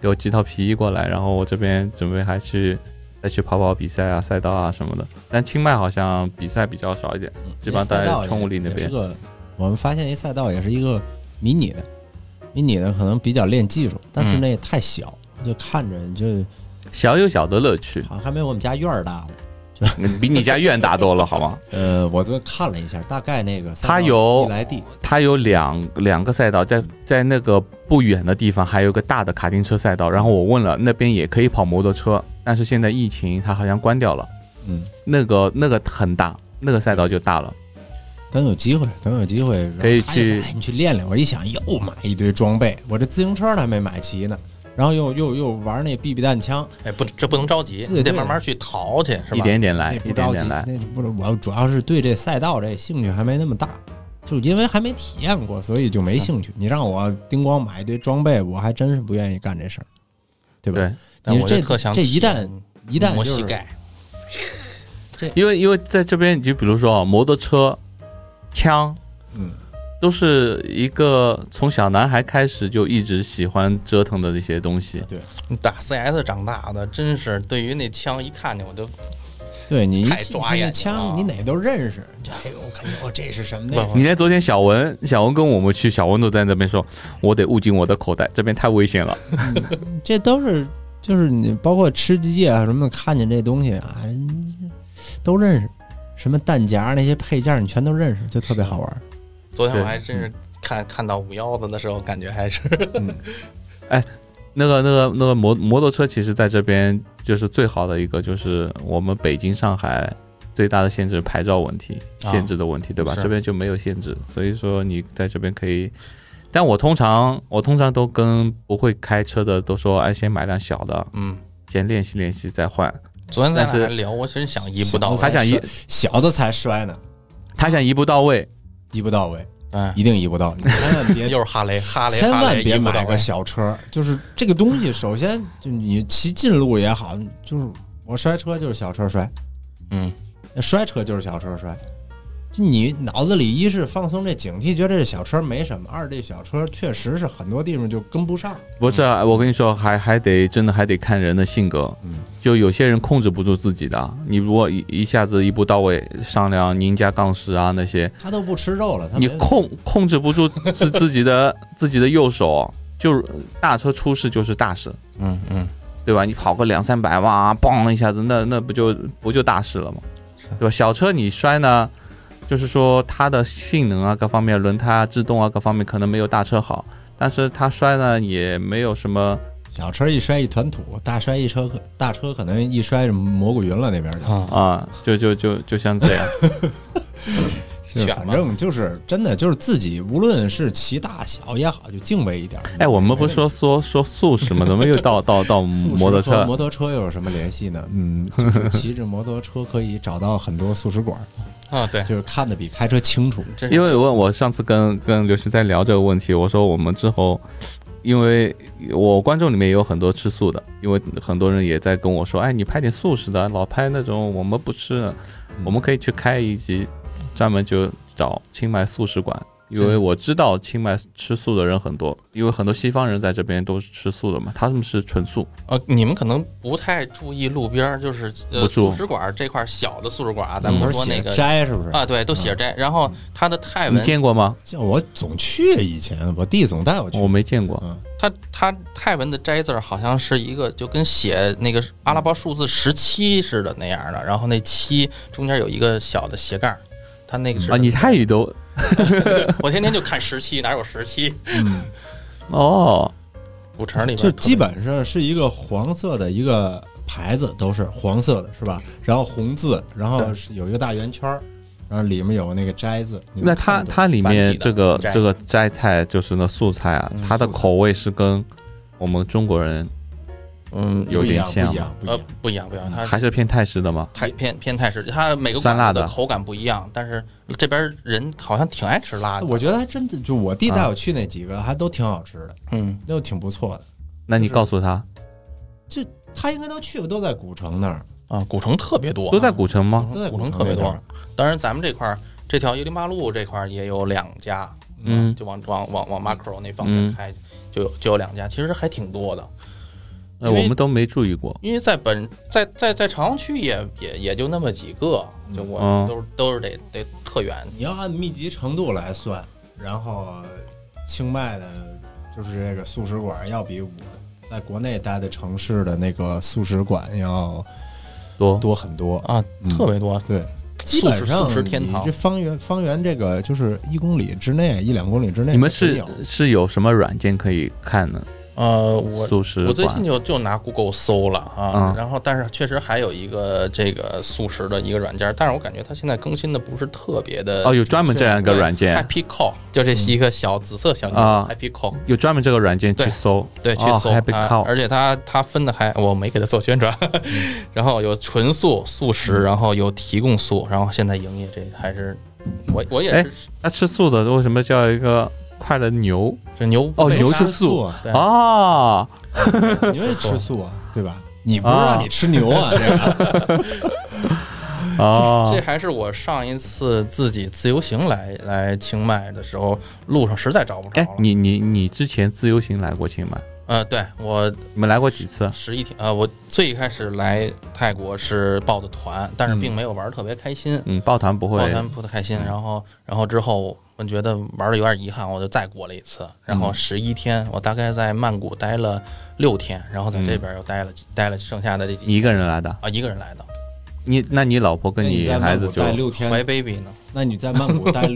S1: 给我寄套皮衣过来，然后我这边准备还去再去跑跑比赛啊、赛道啊什么的。但清迈好像比赛比较少一点，基本上
S2: 赛
S1: 在
S2: 道嗯也
S1: 冲武里那
S2: 也
S1: 边
S2: 是。个，我们发现一赛道也是一个迷你的，迷你的可能比较练技术，但是
S1: 嗯
S2: 那也太小，就看着就
S1: 小有小的乐趣，
S2: 好像还没我们家院儿大呢。
S1: 比你家院大多了，好吗？
S2: 呃，我昨天看了一下，大概那个赛道
S1: 它有
S2: 一来地，
S1: 它有两两个赛道，在在那个不远的地方还有个大的卡丁车赛道。然后我问了，那边也可以跑摩托车，但是现在疫情，它好像关掉了。
S2: 嗯，
S1: 那个那个很大，那个赛道就大了。
S2: 等有机会，等有机会然后
S1: 可以
S2: 他也
S1: 去
S2: 说哎，你去练练。我一想，又买一堆装备，我这自行车还没买齐呢，然后又又又玩那 BB 弹枪，
S3: 哎不，这不能着急，
S2: 对
S3: 你得
S2: 对
S3: 慢慢去淘去是吧？
S1: 一点点来
S3: 哎
S2: 那，不
S1: 一点
S2: 着急，
S1: 点来。
S2: 那不是我主要是对这赛道这兴趣还没那么大，就因为还没体验过，所以就
S3: 嗯
S2: 没兴趣。你让我叮咣买一堆装备，我还真是不愿意干这事儿，对吧？
S1: 对，
S3: 但
S2: 你
S3: 我
S2: 这
S3: 就特想
S2: 这
S3: 体
S2: 一旦
S3: 验
S2: 一旦
S3: 磨
S2: 就
S3: 膝
S2: 是
S3: 盖，
S1: 因为因为在这边，你就比如说啊，摩托车、枪，
S2: 嗯，
S1: 都是一个从小男孩开始就一直喜欢折腾的一些东西。
S3: 你打 CS 长大的，真是对于那枪一看见我就
S2: 对你一
S3: 太
S2: 进
S3: 抓
S2: 去
S3: 眼
S2: 那
S3: 了啊
S2: 枪，你哪都认识。这哎呦，我看见哦，这是 什么？那
S3: 不
S2: 是
S1: 你看昨天小文，小文跟我们去，小文都在那边说，我得捂紧我的口袋，这边太危险了。
S3: 嗯
S2: 这都是就是你包括吃鸡啊什么的，看见这东西啊，都认识，什么弹夹那些配件你全都认识，就特别好玩。
S3: 昨天
S1: 对
S3: 我还真是看看到五幺子的时候，感觉还是
S1: 那个、那个、那个摩摩托车，其实在这边就是最好的一个，就是我们北京、上海最大的限制牌照问题，
S3: 啊
S1: 限制的问题，对吧？
S3: 是
S1: 这边就没有限制，所以说你在这边可以。但我通常我通常都跟不会开车的都说，哎，先买辆小的，
S3: 嗯。
S1: 先练习练习再换。
S3: 昨天咱
S1: 但是
S3: 俩还聊，我真想一步到
S2: 小
S3: 位
S1: 还
S2: 的才。
S1: 想一
S2: 摔小的才摔呢，
S1: 他想一步到位，
S2: 一步到位，
S3: 哎，
S2: 一定一步到位，你千万 别。
S3: 又是哈雷，哈雷，
S2: 千
S3: 哈
S2: 万
S3: 雷
S2: 别
S3: 一步到
S2: 买
S1: 哎
S3: 位
S2: 个小车，就是这个东西。首先，就你骑近路也好，就是我摔车就是小车摔，
S3: 嗯，
S2: 那摔车就是小车摔。就你脑子里一是放松这警惕，觉得这小车没什么；二这小车确实是很多地方就跟不上。
S1: 不是，
S3: 嗯
S1: 我跟你说，还还得真的还得看人的性格。
S2: 嗯，
S1: 就有些人控制不住自己的，你如果一一下子一步到位上梁宁加杠十啊那些，
S2: 他都不吃肉了，他
S1: 你
S2: 没
S1: 控控制不住自自己的 自己的右手，就是大车出事就是大事，
S3: 嗯嗯，
S1: 对吧？你跑个两三百哇，嘣一下子，那那不就不就大事了吗？对吧？小车你摔呢，就是说它的性能啊各方面，轮胎啊制动啊各方面可能没有大车好，但是它摔呢也没有什么。
S2: 小车一摔一团土，大摔一车可大车可能一摔蘑菇云了那边去。
S3: 啊，
S1: 啊，就就就就像这样，
S2: 就是
S1: 啊
S3: 选
S2: 反
S3: 吧
S2: 正就是真的就是自己，无论是骑大小也好，就敬畏一点。
S1: 哎，我们不是说说说素食吗？怎么又到到到
S2: 没问题
S1: 摩托
S2: 素食和
S1: 车？
S2: 摩托车又有什么联系呢？嗯，就是骑着摩托车可以找到很多素食馆，
S3: 啊，对，
S2: 就是看得比开车清楚。
S3: 真是
S1: 因为我我上次跟跟刘师在聊这个问题，我说我们之后，因为我观众里面也有很多吃素的，因为很多人也在跟我说，哎，你拍点素食的，老拍那种我们不吃
S3: 嗯
S1: 的，我们可以去开一集，专门就找清迈素食馆。因为我知道清迈吃素的人很多，因为很多西方人在这边都是吃素的嘛，他们是纯素。
S3: 呃，你们可能不太注意路边儿，就是
S1: 不
S3: 呃
S1: 注
S3: 素食馆儿这块儿小的素食馆儿啊，咱
S2: 门
S3: 不
S2: 口
S3: 说那
S2: 写
S3: 个
S2: 斋嗯是不是？
S3: 啊，对，都写着这，然后它的泰
S1: 你
S3: 文，
S1: 见过吗？
S2: 像我总去，以前我弟总带我去
S1: 我。没见过。
S3: 它它泰文的斋字儿好像是一个就跟写那个阿拉伯数字十七似的那样儿的，然后那七中间有一个小的斜杠儿，它那个是
S1: 啊，你泰语都
S3: 我天天就看十七，哪有十七？
S2: 嗯，
S1: 哦，
S3: 古城里边
S2: 就
S3: 特别
S2: 基本上是一个黄色的一个牌子，都是黄色的，是吧？
S3: 嗯
S2: 然后红字，然后
S3: 对
S2: 是有一个大圆圈儿，然后里面有那个斋字。你
S1: 那
S2: 能
S1: 它
S2: 看得懂
S1: 它里面
S3: 嗯繁体的
S1: 这个
S3: 嗯斋
S1: 这个斋菜就是那素菜啊，它的口味是跟我们中国人
S3: 嗯，
S1: 有
S2: 不一
S1: 点
S2: 样，不
S1: 像
S2: 一，样，不一
S3: 呃
S2: 样。，
S3: 不一样，不一样，它
S1: 还是偏泰式的吗？
S3: 太偏偏泰式，它每个
S1: 酸
S3: 馆
S1: 辣
S3: 子
S1: 的
S3: 的口感不一样，但是这边人好像挺爱吃辣的。
S2: 我觉得还真的，就我弟带
S1: 啊
S2: 我去那几个，还都挺好吃的，
S3: 嗯，
S2: 都挺不错的。
S1: 那你
S2: 就是
S1: 告诉他，
S2: 他应该都去过，都在古城那儿，
S3: 啊，古城特别多，
S1: 都在古城吗？
S2: 都在
S3: 古
S2: 城
S3: 城
S2: 那
S3: 特别
S2: 边
S3: 多。。当然，咱们这块儿这条一零八路这块儿也有两家，啊
S1: 嗯
S3: 就往往往往 macro 那方
S1: 嗯
S3: 面开，就有就有两家，其实还挺多的。
S1: 呃，
S3: 因为
S1: 我们都没注意过。
S3: 因为在本在在在朝阳区也也也就那么几个，就我
S1: 嗯
S3: 们都是都是得得特远，
S2: 你要按密集程度来算，然后清迈的，就是这个素食馆要比我在国内待的城市的那个素食馆要
S1: 多
S2: 多很多。
S3: 啊，
S2: 嗯
S3: 特别多。
S2: 对，基
S3: 素食
S2: 本上
S3: 素食天堂
S2: 你这方圆方圆这个就是一公里之内，一两公里之内，
S1: 你们
S2: 都
S1: 是
S2: 有
S1: 是有什么软件可以看呢？
S3: 呃，我
S1: 素食
S3: 我最
S1: 馆
S3: 近就就拿 Google 搜了啊，
S1: 嗯
S3: 然后但是确实还有一个这个素食的一个软件，但是我感觉它现在更新的不是特别的
S1: 哦，有专门这样一个
S3: 对
S1: 软件，
S3: Happy Cow，就这是一个小紫色小牛、
S1: 啊
S3: Happy Cow，
S1: 有专门这个软件去
S3: 对
S1: 搜，
S3: 对，去
S1: 哦
S3: 搜、
S1: Happy 嗯
S3: 啊
S1: Cow
S3: 而且它它分的还我没给它做宣传， 然后有纯素素
S1: 嗯
S3: 食，然后有提供素，然后现在营业这还是我我
S1: 哎
S3: 也是
S1: 那吃素的为什么叫一个快乐牛？
S3: 这牛不
S1: 哦，
S3: 被
S1: 牛
S3: 杀
S1: 吃素
S2: 啊，
S3: 对
S1: 啊？
S2: 你也吃素啊，对 吧？你不是让你吃牛啊？这个
S1: 啊
S3: 这还是我上一次自己自由行来来清迈的时候，路上实在找不着
S1: 哎
S3: 了。，
S1: 你你你之前自由行来过清迈？
S3: 呃，对我
S1: 你们来过几次？啊
S3: 十一天，呃，我最开始来泰国是报的团，但是并没有玩得特别开心，
S1: 嗯，抱团不会
S3: 报团不太开心。然后，然后之后我觉得玩的有点遗憾，我就再过了一次。然
S1: 嗯
S3: 后十一天，我大概在曼谷待了六天，然后在这边又待了待了剩下的这几
S1: 你嗯一个人来的？
S3: 啊一个人来的。
S1: 你 那你老婆跟
S2: 那
S1: 你
S2: 在
S1: 孩
S2: 曼
S1: 子
S2: 谷
S1: 就
S2: 待六
S3: 怀
S2: 天，
S3: baby 呢？
S2: 那你在曼谷待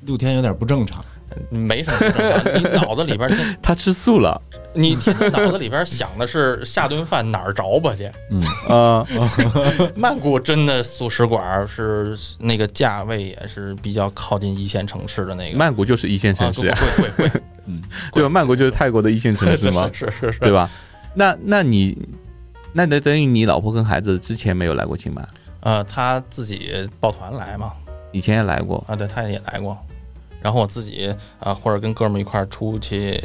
S2: 六天有点不正常。
S3: 没什么不正常，你脑子里边天
S1: 他吃素了，
S3: 你天天脑子里边想的是下顿饭哪儿着吧去？
S2: 嗯，
S1: 呃，
S3: 曼谷真的素食馆儿是那个价位也是比较靠近一线城市的那 个
S1: 曼谷就是一线
S3: 啊
S1: 城 市呀，
S3: 贵贵贵，
S1: 对吧？曼谷 就是泰国的一线城市嘛，
S3: 是是是
S1: 对吧？那那你那得等于你老婆跟孩子之前没有来过清迈，
S3: 呃，他自己抱团来嘛，
S1: 以前也来过，
S3: 啊，对，他也来过。然后我自己啊、或者跟哥们儿一块儿出去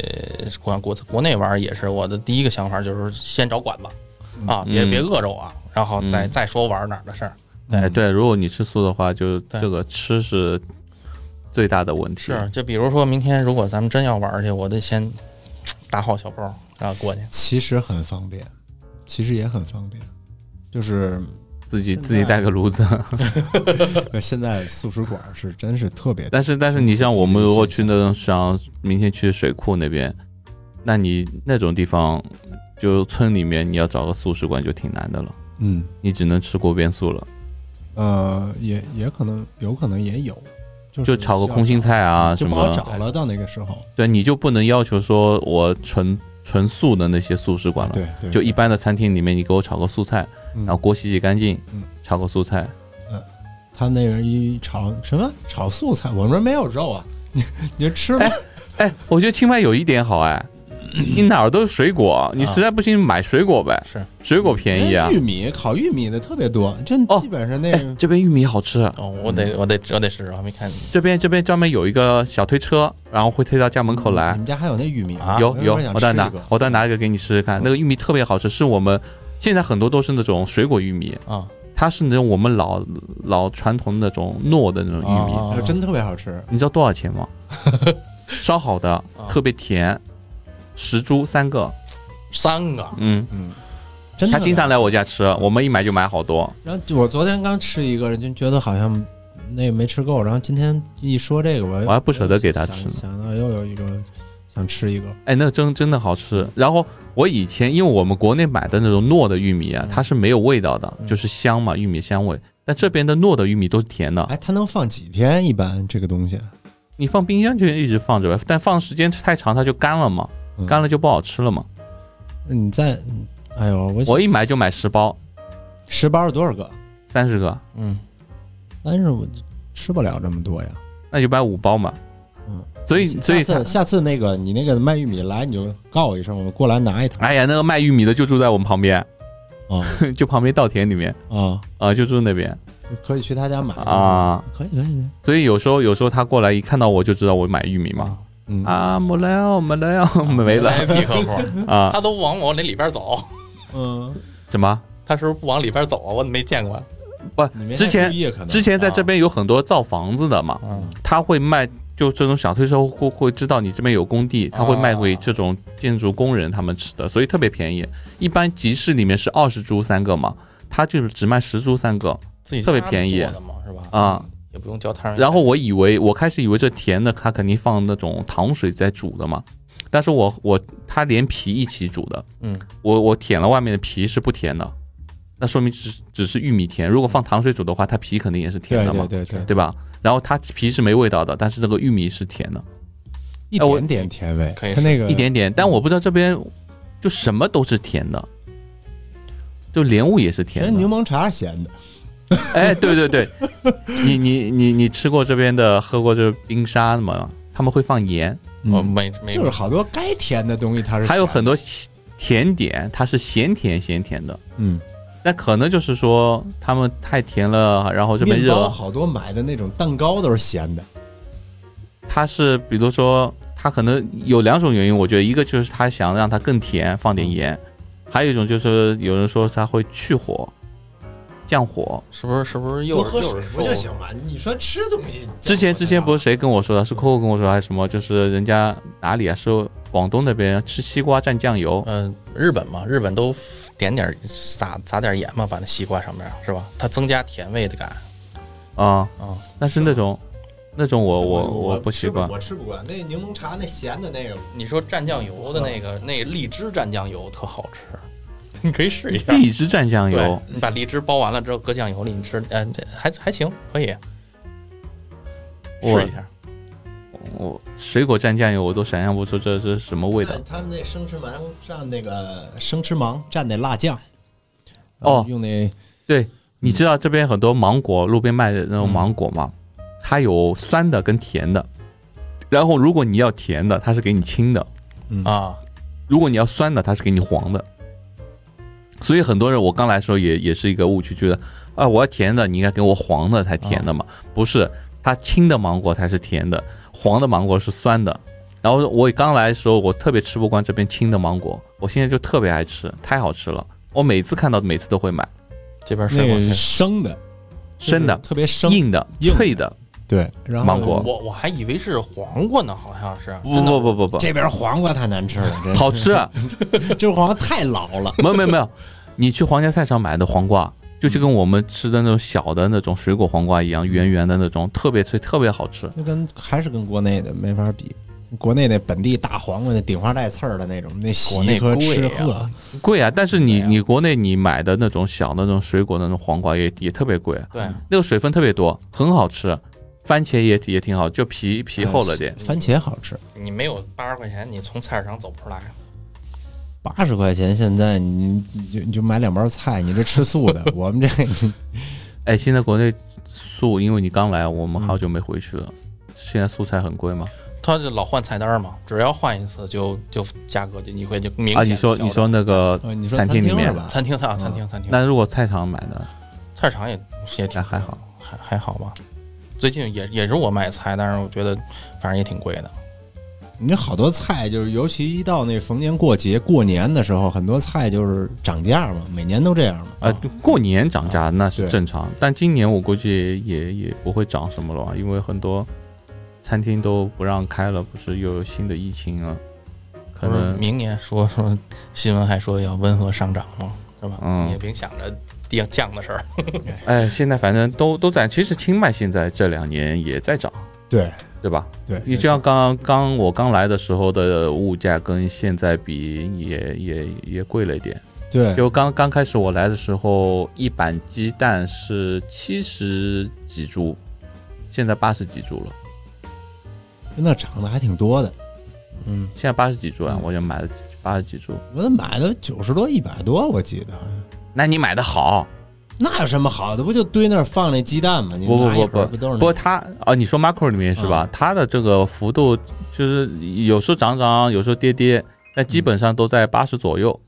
S3: 国国国内玩儿，也是我的第一个想法，就是先找馆子啊，别
S1: 嗯
S3: 别饿着我啊，然后再、
S1: 嗯
S3: 再说玩儿哪儿的事儿。
S1: 哎，对，如果你吃素的话，就
S3: 对
S1: 这个吃是最大的问题。
S3: 是，就比如说明天如果咱们真要玩儿去，我得先打好小包儿，然后过去。
S2: 其实很方便，其实也很方便，就是
S1: 自己
S2: 现在
S1: 自己带个炉子，
S2: 呃现在素食馆是真是特别，
S1: 但是但是你像我们如果去那种像明天去水库那边，那你那种地方就村里面你要找个素食馆就挺难的了，
S2: 嗯
S1: 你只能吃锅边素了，
S2: 呃，也也可能有可能也有，就是
S1: 就炒个
S2: 需要
S1: 空心菜啊
S2: 就
S1: 什
S2: 不好
S1: 么，啊
S2: 找了。到那个时候，
S1: 对，你就不能要求说我纯纯素的那些素食馆了。
S2: 啊对对，
S1: 就一般的餐厅里面，你给我炒个素菜，
S2: 嗯
S1: 然后锅洗洗干净
S2: 嗯，
S1: 炒个素菜，
S2: 他们那边一炒什么炒素菜，我们这儿没有肉啊， 你你吃吧。
S1: 哎，我觉得清迈有一点好哎，你哪儿都是水果，
S2: 啊
S1: 你实在不行买水果呗，
S3: 是
S1: 水果便宜啊
S2: 那。玉米烤玉米的特别多，就
S1: 哦
S2: 基本上那
S1: 哎，这边玉米好
S2: 啊
S1: 吃，
S3: 哦，我
S1: 嗯
S3: 得我得我得试试，我还没看。
S1: 这边这边专门有一个小推车，然后会推到家门口
S2: 你
S1: 来。
S2: 们家还有那玉米
S3: 啊
S1: 有有，我
S2: 我
S1: 再
S2: 再
S1: 拿
S2: 个，
S1: 我再拿一个给你试试看。那个玉米特别好吃，是我们现在很多都是那种水果玉米，
S3: 啊，
S1: 它是那种我们老老传统那种糯的那种玉米。
S3: 啊
S2: 哎真特别好吃。
S1: 你知道多少钱吗？烧好的，特别甜，十株三个。
S3: 三个
S1: 嗯，
S2: 嗯，真的
S1: 他经常来我家吃，我们一买就买好多。
S2: 然后我昨天刚吃一个，就觉得好像那个没吃够，然后今天一说这个，我
S1: 我还不舍得给他吃呢
S2: 想想到又有一个想吃一个，
S1: 哎，那真真的好吃。然后我以前因为我们国内买的那种糯的玉米啊，它是没有味道的，
S3: 嗯
S1: 就是香嘛，玉米香味。但这边的糯的玉米都是甜的，
S2: 哎，它能放几天？一般这个东西
S1: 你放冰箱就一直放着呗，但放时间太长它就干了嘛，
S2: 嗯
S1: 干了就不好吃了嘛。
S2: 你在，哎呦，我
S1: 我一买就买十包，
S2: 十包有多少个？
S1: 三十个，
S3: 嗯，
S2: 三十我吃不了这么多呀。
S1: 那就买五包嘛。
S2: 嗯，
S1: 所以所以
S2: 下
S1: 他
S2: 次下次那个你那个卖玉米来，你就告我一声，我们过来拿一桶。
S1: 哎呀，那个卖玉米的就住在我们旁边，
S2: 啊
S1: 就旁边稻田里面
S2: 啊，
S1: 啊、就住那边
S2: 就可以去他家买
S1: 啊。
S2: 可以可以可以，
S1: 所以有时候有时候他过来一看到我就知道我买玉米嘛。
S2: 嗯，
S1: 啊，没了没了
S3: 嗯
S1: 没 了
S3: 来必 客户，
S1: 啊？
S3: 他都往我那里边走，
S2: 嗯，
S1: 怎么？
S3: 他是不是不往里边走啊？我怎么没见过？
S1: 不
S2: 你没，太
S1: 之前
S2: 注意可能
S1: 之前在这边有很多造房子的嘛，
S3: 嗯，
S1: 他会卖，就这种小推车会会知道你这边有工地，他会卖给
S3: 啊
S1: 这种建筑工人他们吃的，所以特别便宜。一般集市里面是二十株三个嘛，他就是只卖十株三个
S3: 自己
S1: 特别
S3: 家
S1: 便宜
S3: 做的嘛，是吧？
S1: 啊。
S3: 也不用交摊儿。
S1: 然后我以为我开始以为这甜的他肯定放那种糖水在煮的嘛，但是我我他连皮一起煮的，
S3: 嗯，
S1: 我我舔了外面的皮是不甜的，那说明只只是玉米甜。如果放糖水煮的话，它皮肯定也是甜
S2: 对
S1: 的嘛
S2: 对，对对，
S1: 对吧？然后它皮是没味道的，但是那个玉米是甜的。
S2: 一
S1: 哎我
S2: 点点甜味，
S3: 可以
S2: 它那个
S1: 一点点，但我不知道这边就什么都是甜的，就莲雾也是
S2: 其实
S1: 甜
S2: 柠
S1: 的。
S2: 檬茶是咸的，
S1: 哎，对对 对，你你你你吃过这边的，喝过这冰沙的吗？他们会放盐，
S3: 我没没
S2: 嗯就是好多该甜的东西它是
S1: 还有
S2: 咸的
S1: 很多甜点，它是咸甜咸甜的。
S2: 嗯，
S1: 那可能就是说他们太甜了，然后这边
S2: 面包
S1: 热，啊
S2: 好多买的那种蛋糕都是咸的，
S1: 它是比如说它可能有两种原因，我觉得一个就是他想让它更甜，放点盐，还有一种就是有人说它会去火。降火，
S3: 是不是是不是又
S2: 多
S3: 是
S2: 喝
S3: 又
S2: 水
S3: 是
S2: 不就
S3: 瘦
S2: 行吗？你说吃东西，
S1: 之前之前不是谁跟我说的，是 Coco 跟我说还是什么？就是人家哪里啊？是广东那边吃西瓜蘸酱油，
S3: 嗯，日本嘛，日本都点点儿撒撒点儿盐嘛，把那西瓜上面儿是吧？它增加甜味的感
S1: 啊、
S3: 啊。
S1: 但是那种那种我我我不习惯
S2: 我吃不惯那柠檬茶那咸的那个，
S3: 你说蘸酱油的那个，那荔枝蘸酱油特好吃， 你可以试一下。
S1: 荔枝蘸酱油
S3: 对，你把荔枝剥完了之后搁酱油里，你吃，呃，这还还行，可以
S1: 我
S3: 试一下。
S1: 我水果蘸酱油我都想象不出这这是什么味道。
S2: 他们那生吃芒蘸那个生吃芒蘸那辣酱，呃
S1: 哦
S2: 用那
S1: 对，你知道这边很多芒果路边卖的那种芒果吗？它有酸的跟甜的，然后如果你要甜的，它是给你青的。
S3: 啊，
S1: 如果你要酸的，它是给你黄的。所以很多人，我刚来的时候也也是一个误区，觉得啊，我要甜的，你应该给我黄的才甜的嘛？不是，它青的芒果才是甜的，黄的芒果是酸的。然后我刚来的时候，我特别吃不惯这边青的芒果，我现在就特别爱吃，太好吃了。我每次看到，每次都会买，
S3: 这边水果
S2: 那
S3: 可
S2: 个
S3: 以
S2: 生的
S1: 生的
S2: 就是特别生
S1: 硬的、
S2: 硬的
S1: 脆的。
S2: 对，然后
S1: 芒果
S3: 我我还以为是黄瓜呢，好像是。
S1: 不不不不不，
S2: 这边黄瓜太难吃了，真 是
S1: 好吃、啊。
S2: 这黄瓜太老了，
S1: 没有没有没有，你去皇家菜场买的黄瓜，就就跟我们吃的那种小的那种水果黄瓜一样，圆圆的那种，特别脆，特别好吃。
S2: 就跟还是跟国内的没法比。国内那本地大黄瓜，那顶花带刺儿的那种，那洗
S3: 国
S2: 一
S3: 内
S2: 颗吃
S3: 贵
S2: 喝，
S3: 啊
S1: 贵啊，但是你
S3: 对啊
S1: 你国内你买的那种小的那种水果的那种黄瓜也也特别贵，啊
S3: 对，
S1: 那个水分特别多，很好吃。番茄也也挺好，就皮皮厚了点。
S2: 番茄好吃，
S3: 你没有八十块钱，你从菜市场走不出来。
S2: 八十块钱现在你你就你就买两包菜，你这吃 素的，我们这
S1: 哎，现在国内素，因为你刚来，我们好久没回去了。现在素菜很贵吗？
S3: 他就老换菜单嘛，只要换一次就就价格就你会就明显
S1: 啊，你说
S3: 调整
S1: 你说那个
S2: 呃你说
S1: 餐厅里面
S2: 是，吧？
S3: 餐厅菜啊餐厅餐厅，
S1: 那如啊果菜场买的，
S3: 菜市场也也挺
S1: 那还好。
S3: 还还好吧。最近也也是我买菜，但是我觉得反正也挺贵的。
S2: 你好多菜就是，尤其一到那逢年过节、过年的时候，很多菜就是涨价嘛，每年都这样嘛。
S1: 啊，就过年涨价那是
S2: 对
S1: 正常，但今年我估计也也不会涨什么了吧，啊因为很多餐厅都不让开了，不是又有新的疫情了，可
S3: 不是
S1: 能
S3: 明年说说新闻还说要温和上涨嘛，是吧？
S1: 嗯
S3: 你也别想着降降的事儿。
S1: 哎，现在反正都都在，其实清迈现在这两年也在涨，
S2: 对
S1: 对吧？
S2: 对，
S1: 你就像刚刚我刚来的时候的物价跟现在比也也也贵了一点，
S2: 对
S1: 就刚刚开始我来的时候，一板鸡蛋是七十几株，现在八十几株了。
S2: 那涨的还挺多的。
S3: 嗯，
S1: 现在八十几株啊，我就买了八十几株。
S2: 我买的九十多、一百多，我记得好像。
S1: 那你买的好，
S2: 那有什么好的？不就堆那儿放那鸡蛋吗？你
S1: 不不
S2: 拿一
S1: 不
S2: 盒不都是
S1: 不
S2: 那
S1: 过它啊，你说 macro 里面是吧？它的这个幅度就是有时候涨涨，有时候跌跌，但基本上都在八十左右。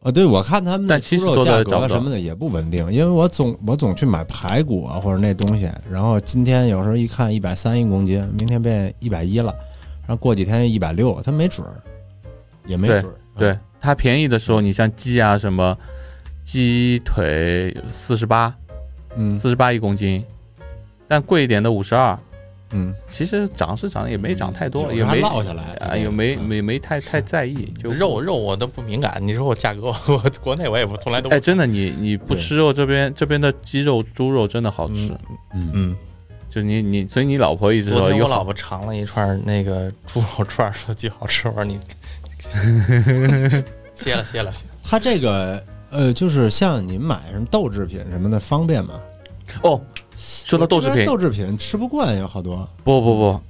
S2: 啊，对，我看他们的
S1: 但
S2: 猪
S1: 其实
S2: 肉
S1: 做
S2: 价
S1: 的
S2: 格
S1: 找不到
S2: 什么的也不稳定，因为我总我总去买排骨啊或者那东西，然后今天有时候一看一百三一公斤，明天变一百一了，然后过几天一百六，它没准儿，也没准儿。嗯
S1: 对，它便宜的时候，你像鸡啊什么，鸡腿四十八，
S2: 嗯
S1: 四十八一公斤，但贵一点的五十二。
S2: 嗯，
S1: 其实涨是涨，也没涨太多，
S2: 有
S1: 也
S2: 时候还
S1: 没
S2: 落下嗯来
S1: 啊，也没没没太太在意。就
S3: 肉肉我都不敏感，你说我价格， 我我国内我也不从来都不
S1: 哎，真的，你你不
S2: 对
S1: 吃肉，这边这边的鸡肉、猪肉真的好吃。
S3: 嗯，
S1: 就你你，所以你老婆一直
S3: 昨
S1: 说
S3: 天
S1: 有
S3: 我
S1: 好
S3: 老婆尝了一串那个猪肉串，说巨好吃，我 说你歇了歇了歇了。
S2: 它这个呃，就是像您买什么豆制品什么的方便吗？
S1: 哦。说到豆制
S2: 我这
S1: 品
S2: 边，豆制品吃不惯有好多，
S1: 不不不，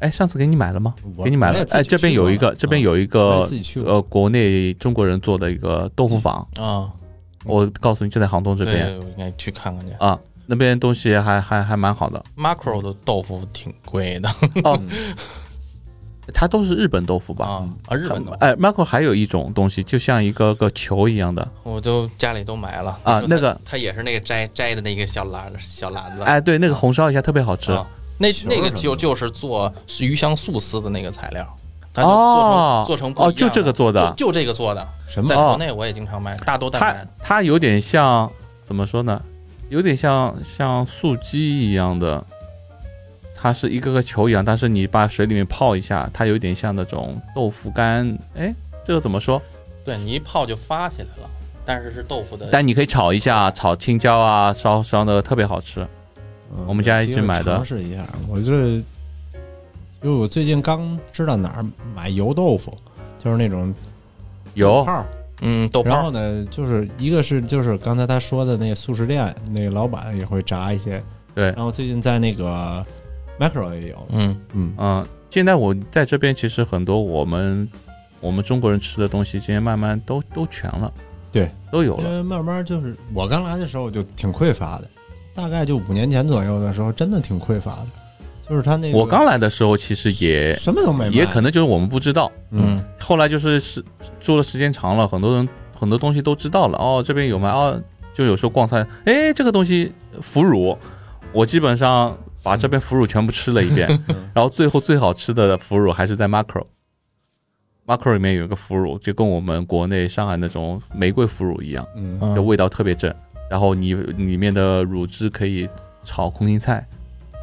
S1: 哎，上次给你买了吗
S2: 我？
S1: 给你买
S2: 我
S1: 了
S2: 也。自己
S1: 哎，这边
S2: 去过
S1: 有一个，这边有一
S2: 我也
S1: 个
S2: 自己去过
S1: 呃，国内中国人做的一个豆腐坊，
S2: 嗯
S3: 啊，
S1: 我告诉你，就在杭东这边
S3: 对，我应该去看看去。
S1: 啊，那边东西还还还蛮好的。
S3: Macro 的豆腐挺贵的
S1: 哦，它都是日本豆腐吧？
S3: 啊啊，日本的
S1: 哎，Marco 还有一种东西，就像一个个球一样的，
S3: 我都家里都买了
S1: 啊
S3: 你说
S1: 那
S3: 它
S1: 个
S3: 它也是那个摘摘的那个小篮小篮子，
S1: 哎，对，那个红烧一下特别好吃。
S3: 啊，那
S2: 球
S3: 那
S2: 儿
S3: 个
S2: 什么
S3: 就
S2: 的
S3: 就是做鱼香素丝的那个材料，它就做成、
S1: 哦
S3: 做成不
S1: 哦，
S3: 一
S1: 就
S3: 样
S1: 这个做的，
S3: 就，就这个做的，
S2: 什么
S3: 在
S1: 哦
S3: 国内我也经常买大豆蛋
S1: 它
S3: 白，
S1: 它有点像怎么说呢？有点像像素鸡一样的，它是一个个球一样，但是你把水里面泡一下，它有点像那种豆腐干。哎，这个怎么说？
S3: 对你一泡就发起来了，但是是豆腐的，
S1: 但你可以炒一下，炒青椒啊，烧烧那个特别好吃。
S2: 嗯
S1: 我们家
S2: 有机
S1: 一起
S2: 会
S1: 买的
S2: 尝试一下。我这，因为我最近刚知道哪儿买油豆腐，就是那种
S1: 有
S2: 泡儿。
S3: 嗯，豆
S2: 然
S3: 泡
S2: 后呢，就是一个是就是刚才他说的那个素食店，那个老板也会炸一些。
S1: 对，
S2: 然后最近在那个 Macro 也有，
S3: 嗯，
S2: 嗯，
S1: 嗯，现在我在这边其实很多我们我们中国人吃的东西，今天慢慢都都全了，
S2: 对，
S1: 都有
S2: 因
S1: 了。
S2: 为慢慢就是我刚来的时候就挺匮乏的，大概就五年前左右的时候，真的挺匮乏的，就是他那个
S1: 我刚来的时候其实也
S2: 什么都没卖，
S1: 也可能就是我们不知道，
S2: 嗯
S1: 后来就是是住的时间长了，很多人很多东西都知道了。哦，这边有卖哦，就有时候逛菜，哎，这个东西腐乳，我基本上把这边腐乳全部吃了一遍，然后最后最好吃的腐乳还是在 Macro。Macro 里面有一个腐乳，就跟我们国内上海那种玫瑰腐乳一样，
S2: 嗯
S1: 就
S3: 嗯
S1: 味道特别正。然后你里面的乳汁可以炒空心菜，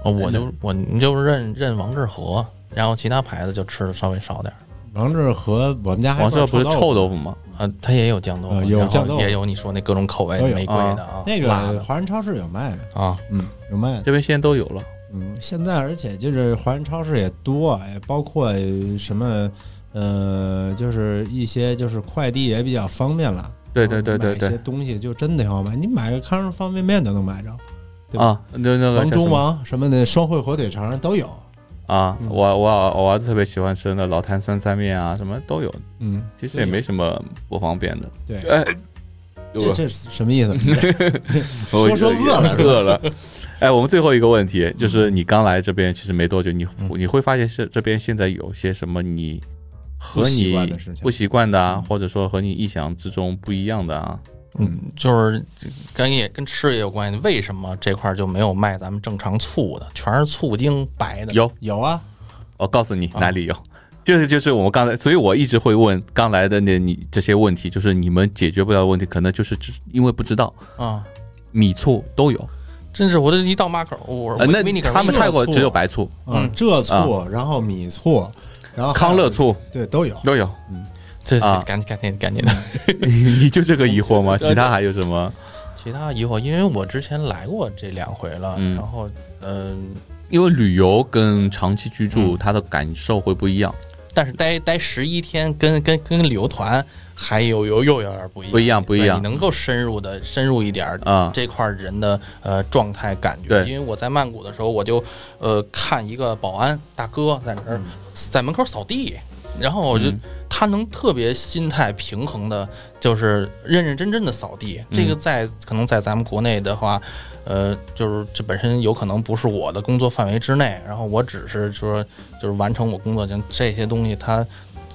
S3: 哦我就我你就认认王致和，然后其他牌子就吃的稍微少点儿，
S2: 王致和我们家还
S1: 王这不是
S2: 臭
S1: 臭豆腐吗？
S3: 啊，它也有酱豆腐，
S2: 呃有
S3: 然后
S2: 酱豆腐
S3: 也有你说那各种口味
S2: 都有
S3: 玫瑰的啊，
S2: 那
S3: 辣
S2: 个
S3: 的
S2: 华人超市有卖的，
S3: 啊，
S2: 嗯，有卖的。
S1: 这边现在都有了。
S2: 嗯，现在而且就是华人超市也多，也包括什么，呃，就是一些就是快递也比较方便了。
S1: 对对对对
S2: 买一些
S1: 对，种
S2: 东西就真的挺好买，你买个康师傅方便面都能买着，对吧
S1: 啊，那那个
S2: 王
S1: 叫什
S2: 中
S1: 么
S2: 王什么的双汇火腿肠都有。
S1: 啊，
S2: 嗯
S1: 我我我儿子特别喜欢吃的老坛酸菜面啊，什么都有，
S2: 嗯，
S1: 其实也
S2: 对
S1: 没什啊么不方便的。
S2: 对，
S1: 哎，
S2: 这这是什么意思？
S1: 我
S2: 说说饿了是吧？嗯
S1: 饿了。 哎，我们最后一个问题就是，你刚来这边其实没多久，你你会发现是这边现在有些什么你和
S2: 不习
S1: 你
S2: 惯的事情嗯
S1: 不习惯的啊，或者说和你意想之中不一样的啊，
S3: 嗯，就是跟也跟吃也有关系。为什么这块儿就没有卖咱们正常醋的，全是醋精白的？
S1: 有
S2: 有啊，
S1: 我告诉你哪里有，就是就是我们刚才，所以我一直会问刚来的那你这些问题，就是你们解决不了的问题，可能就是只因为不知道
S3: 啊，
S1: 米醋都有，迷
S3: 真是我这一到马口，我
S1: 呃，那
S3: 你
S1: 他们泰国只有白醋、
S2: 啊，浙醋，然后米醋，然啊后还有
S1: 嗯康乐，醋
S2: 对，都有。
S1: 都有，
S3: 这
S1: 啊
S3: 赶紧赶紧赶紧的。
S1: 你就这个疑惑吗？其他还有什么？
S3: 其他疑惑，因为我之前来过这两回了，
S1: 嗯
S3: 然后嗯、
S1: 因为旅游跟长期居住，他的感受会不一样，
S3: 但是待待十一天跟跟跟旅游团还有有又有点不一样，
S1: 不一样不一
S3: 对
S1: 样
S3: 你能够深入的深入一点儿
S1: 啊
S3: 这块儿人的呃状态感觉。
S1: 对
S3: 因为我在曼谷的时候，我就呃看一个保安大哥在那儿在门口扫地，然后我就
S1: 嗯
S3: 他能特别心态平衡的，就是认认真真的扫地。
S1: 嗯
S3: 这个在可能在咱们国内的话，呃，就是这本身有可能不是我的工作范围之内，然后我只是说就是完成我工作，就这些东西他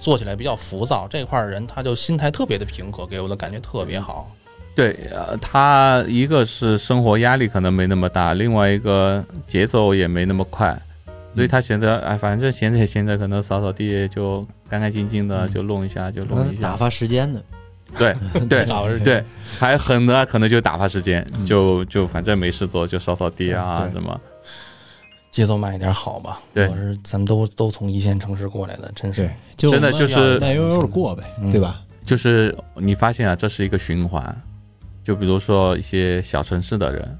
S3: 做起来比较浮躁，这块儿人他就心态特别的平和，给我的感觉特别好。
S1: 对，呃，他一个是生活压力可能没那么大，另外一个节奏也没那么快，所以他闲着，哎，反正闲着也闲着，可能扫扫地也就干干净净的，就弄一下，就弄一
S2: 打
S1: 下。
S2: 发时间呢。
S1: 对对
S3: 老是
S1: 对，还狠的可能就打发时间，
S2: 嗯
S1: 就就反正没事做，就扫扫地啊
S2: 嗯对
S1: 什么。
S3: 节奏慢一点好吧？
S1: 对
S3: 我是咱们都都从一线城市过来的，真是
S2: 对，就
S1: 真的
S2: 慢
S1: 就是
S2: 慢悠悠的过呗，
S3: 嗯
S2: 对吧？
S1: 就是你发现啊，这是一个循环。就比如说一些小城市的人，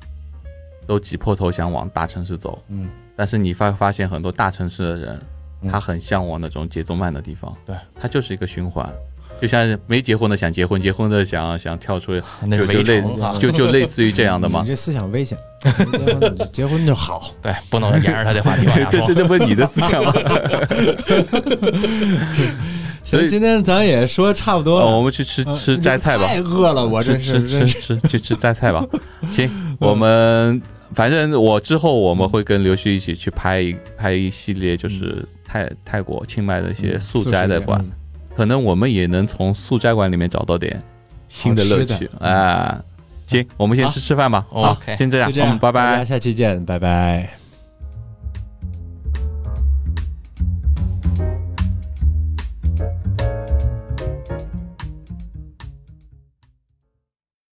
S1: 都挤破头想往大城市走，
S3: 嗯，
S1: 但是你发发现很多大城市的人，
S3: 嗯
S1: 他很向往那种节奏慢的地方，
S3: 对，
S1: 他就是一个循环。就像没结婚的想结婚，结婚的想想跳 出，
S3: 那
S1: 就就
S3: 围
S1: 类
S3: 城啊，
S1: 就就类似于这样的嘛
S2: 你。这思想 危险，你结婚你就结婚就好，
S3: 对，不能沿着他这话题往 下
S1: 这
S3: 说
S1: 这。这不是你的思想吗？所以
S2: 行，今天咱也说差不多 了，
S1: 哦我们去吃
S2: 嗯
S1: 吃
S2: 这
S1: 斋菜吧。
S2: 太饿了，我
S1: 吃
S2: 真
S1: 吃
S2: 哦
S1: 吃
S2: 是真是
S1: 吃去吃斋菜吧。行，我们反正我之后我们会跟刘旭一起去拍一拍一系列，就是泰泰国清迈的一些素斋的馆，
S2: 嗯
S1: 可能我们也能从素斋馆里面找到点新的乐趣
S2: 好吃
S1: 啊。行，我们先吃吃饭吧。
S3: 好 OK
S1: 先这样，
S2: 就这样，
S1: 嗯，拜
S2: 大
S1: 拜
S2: 家。下期见，拜拜。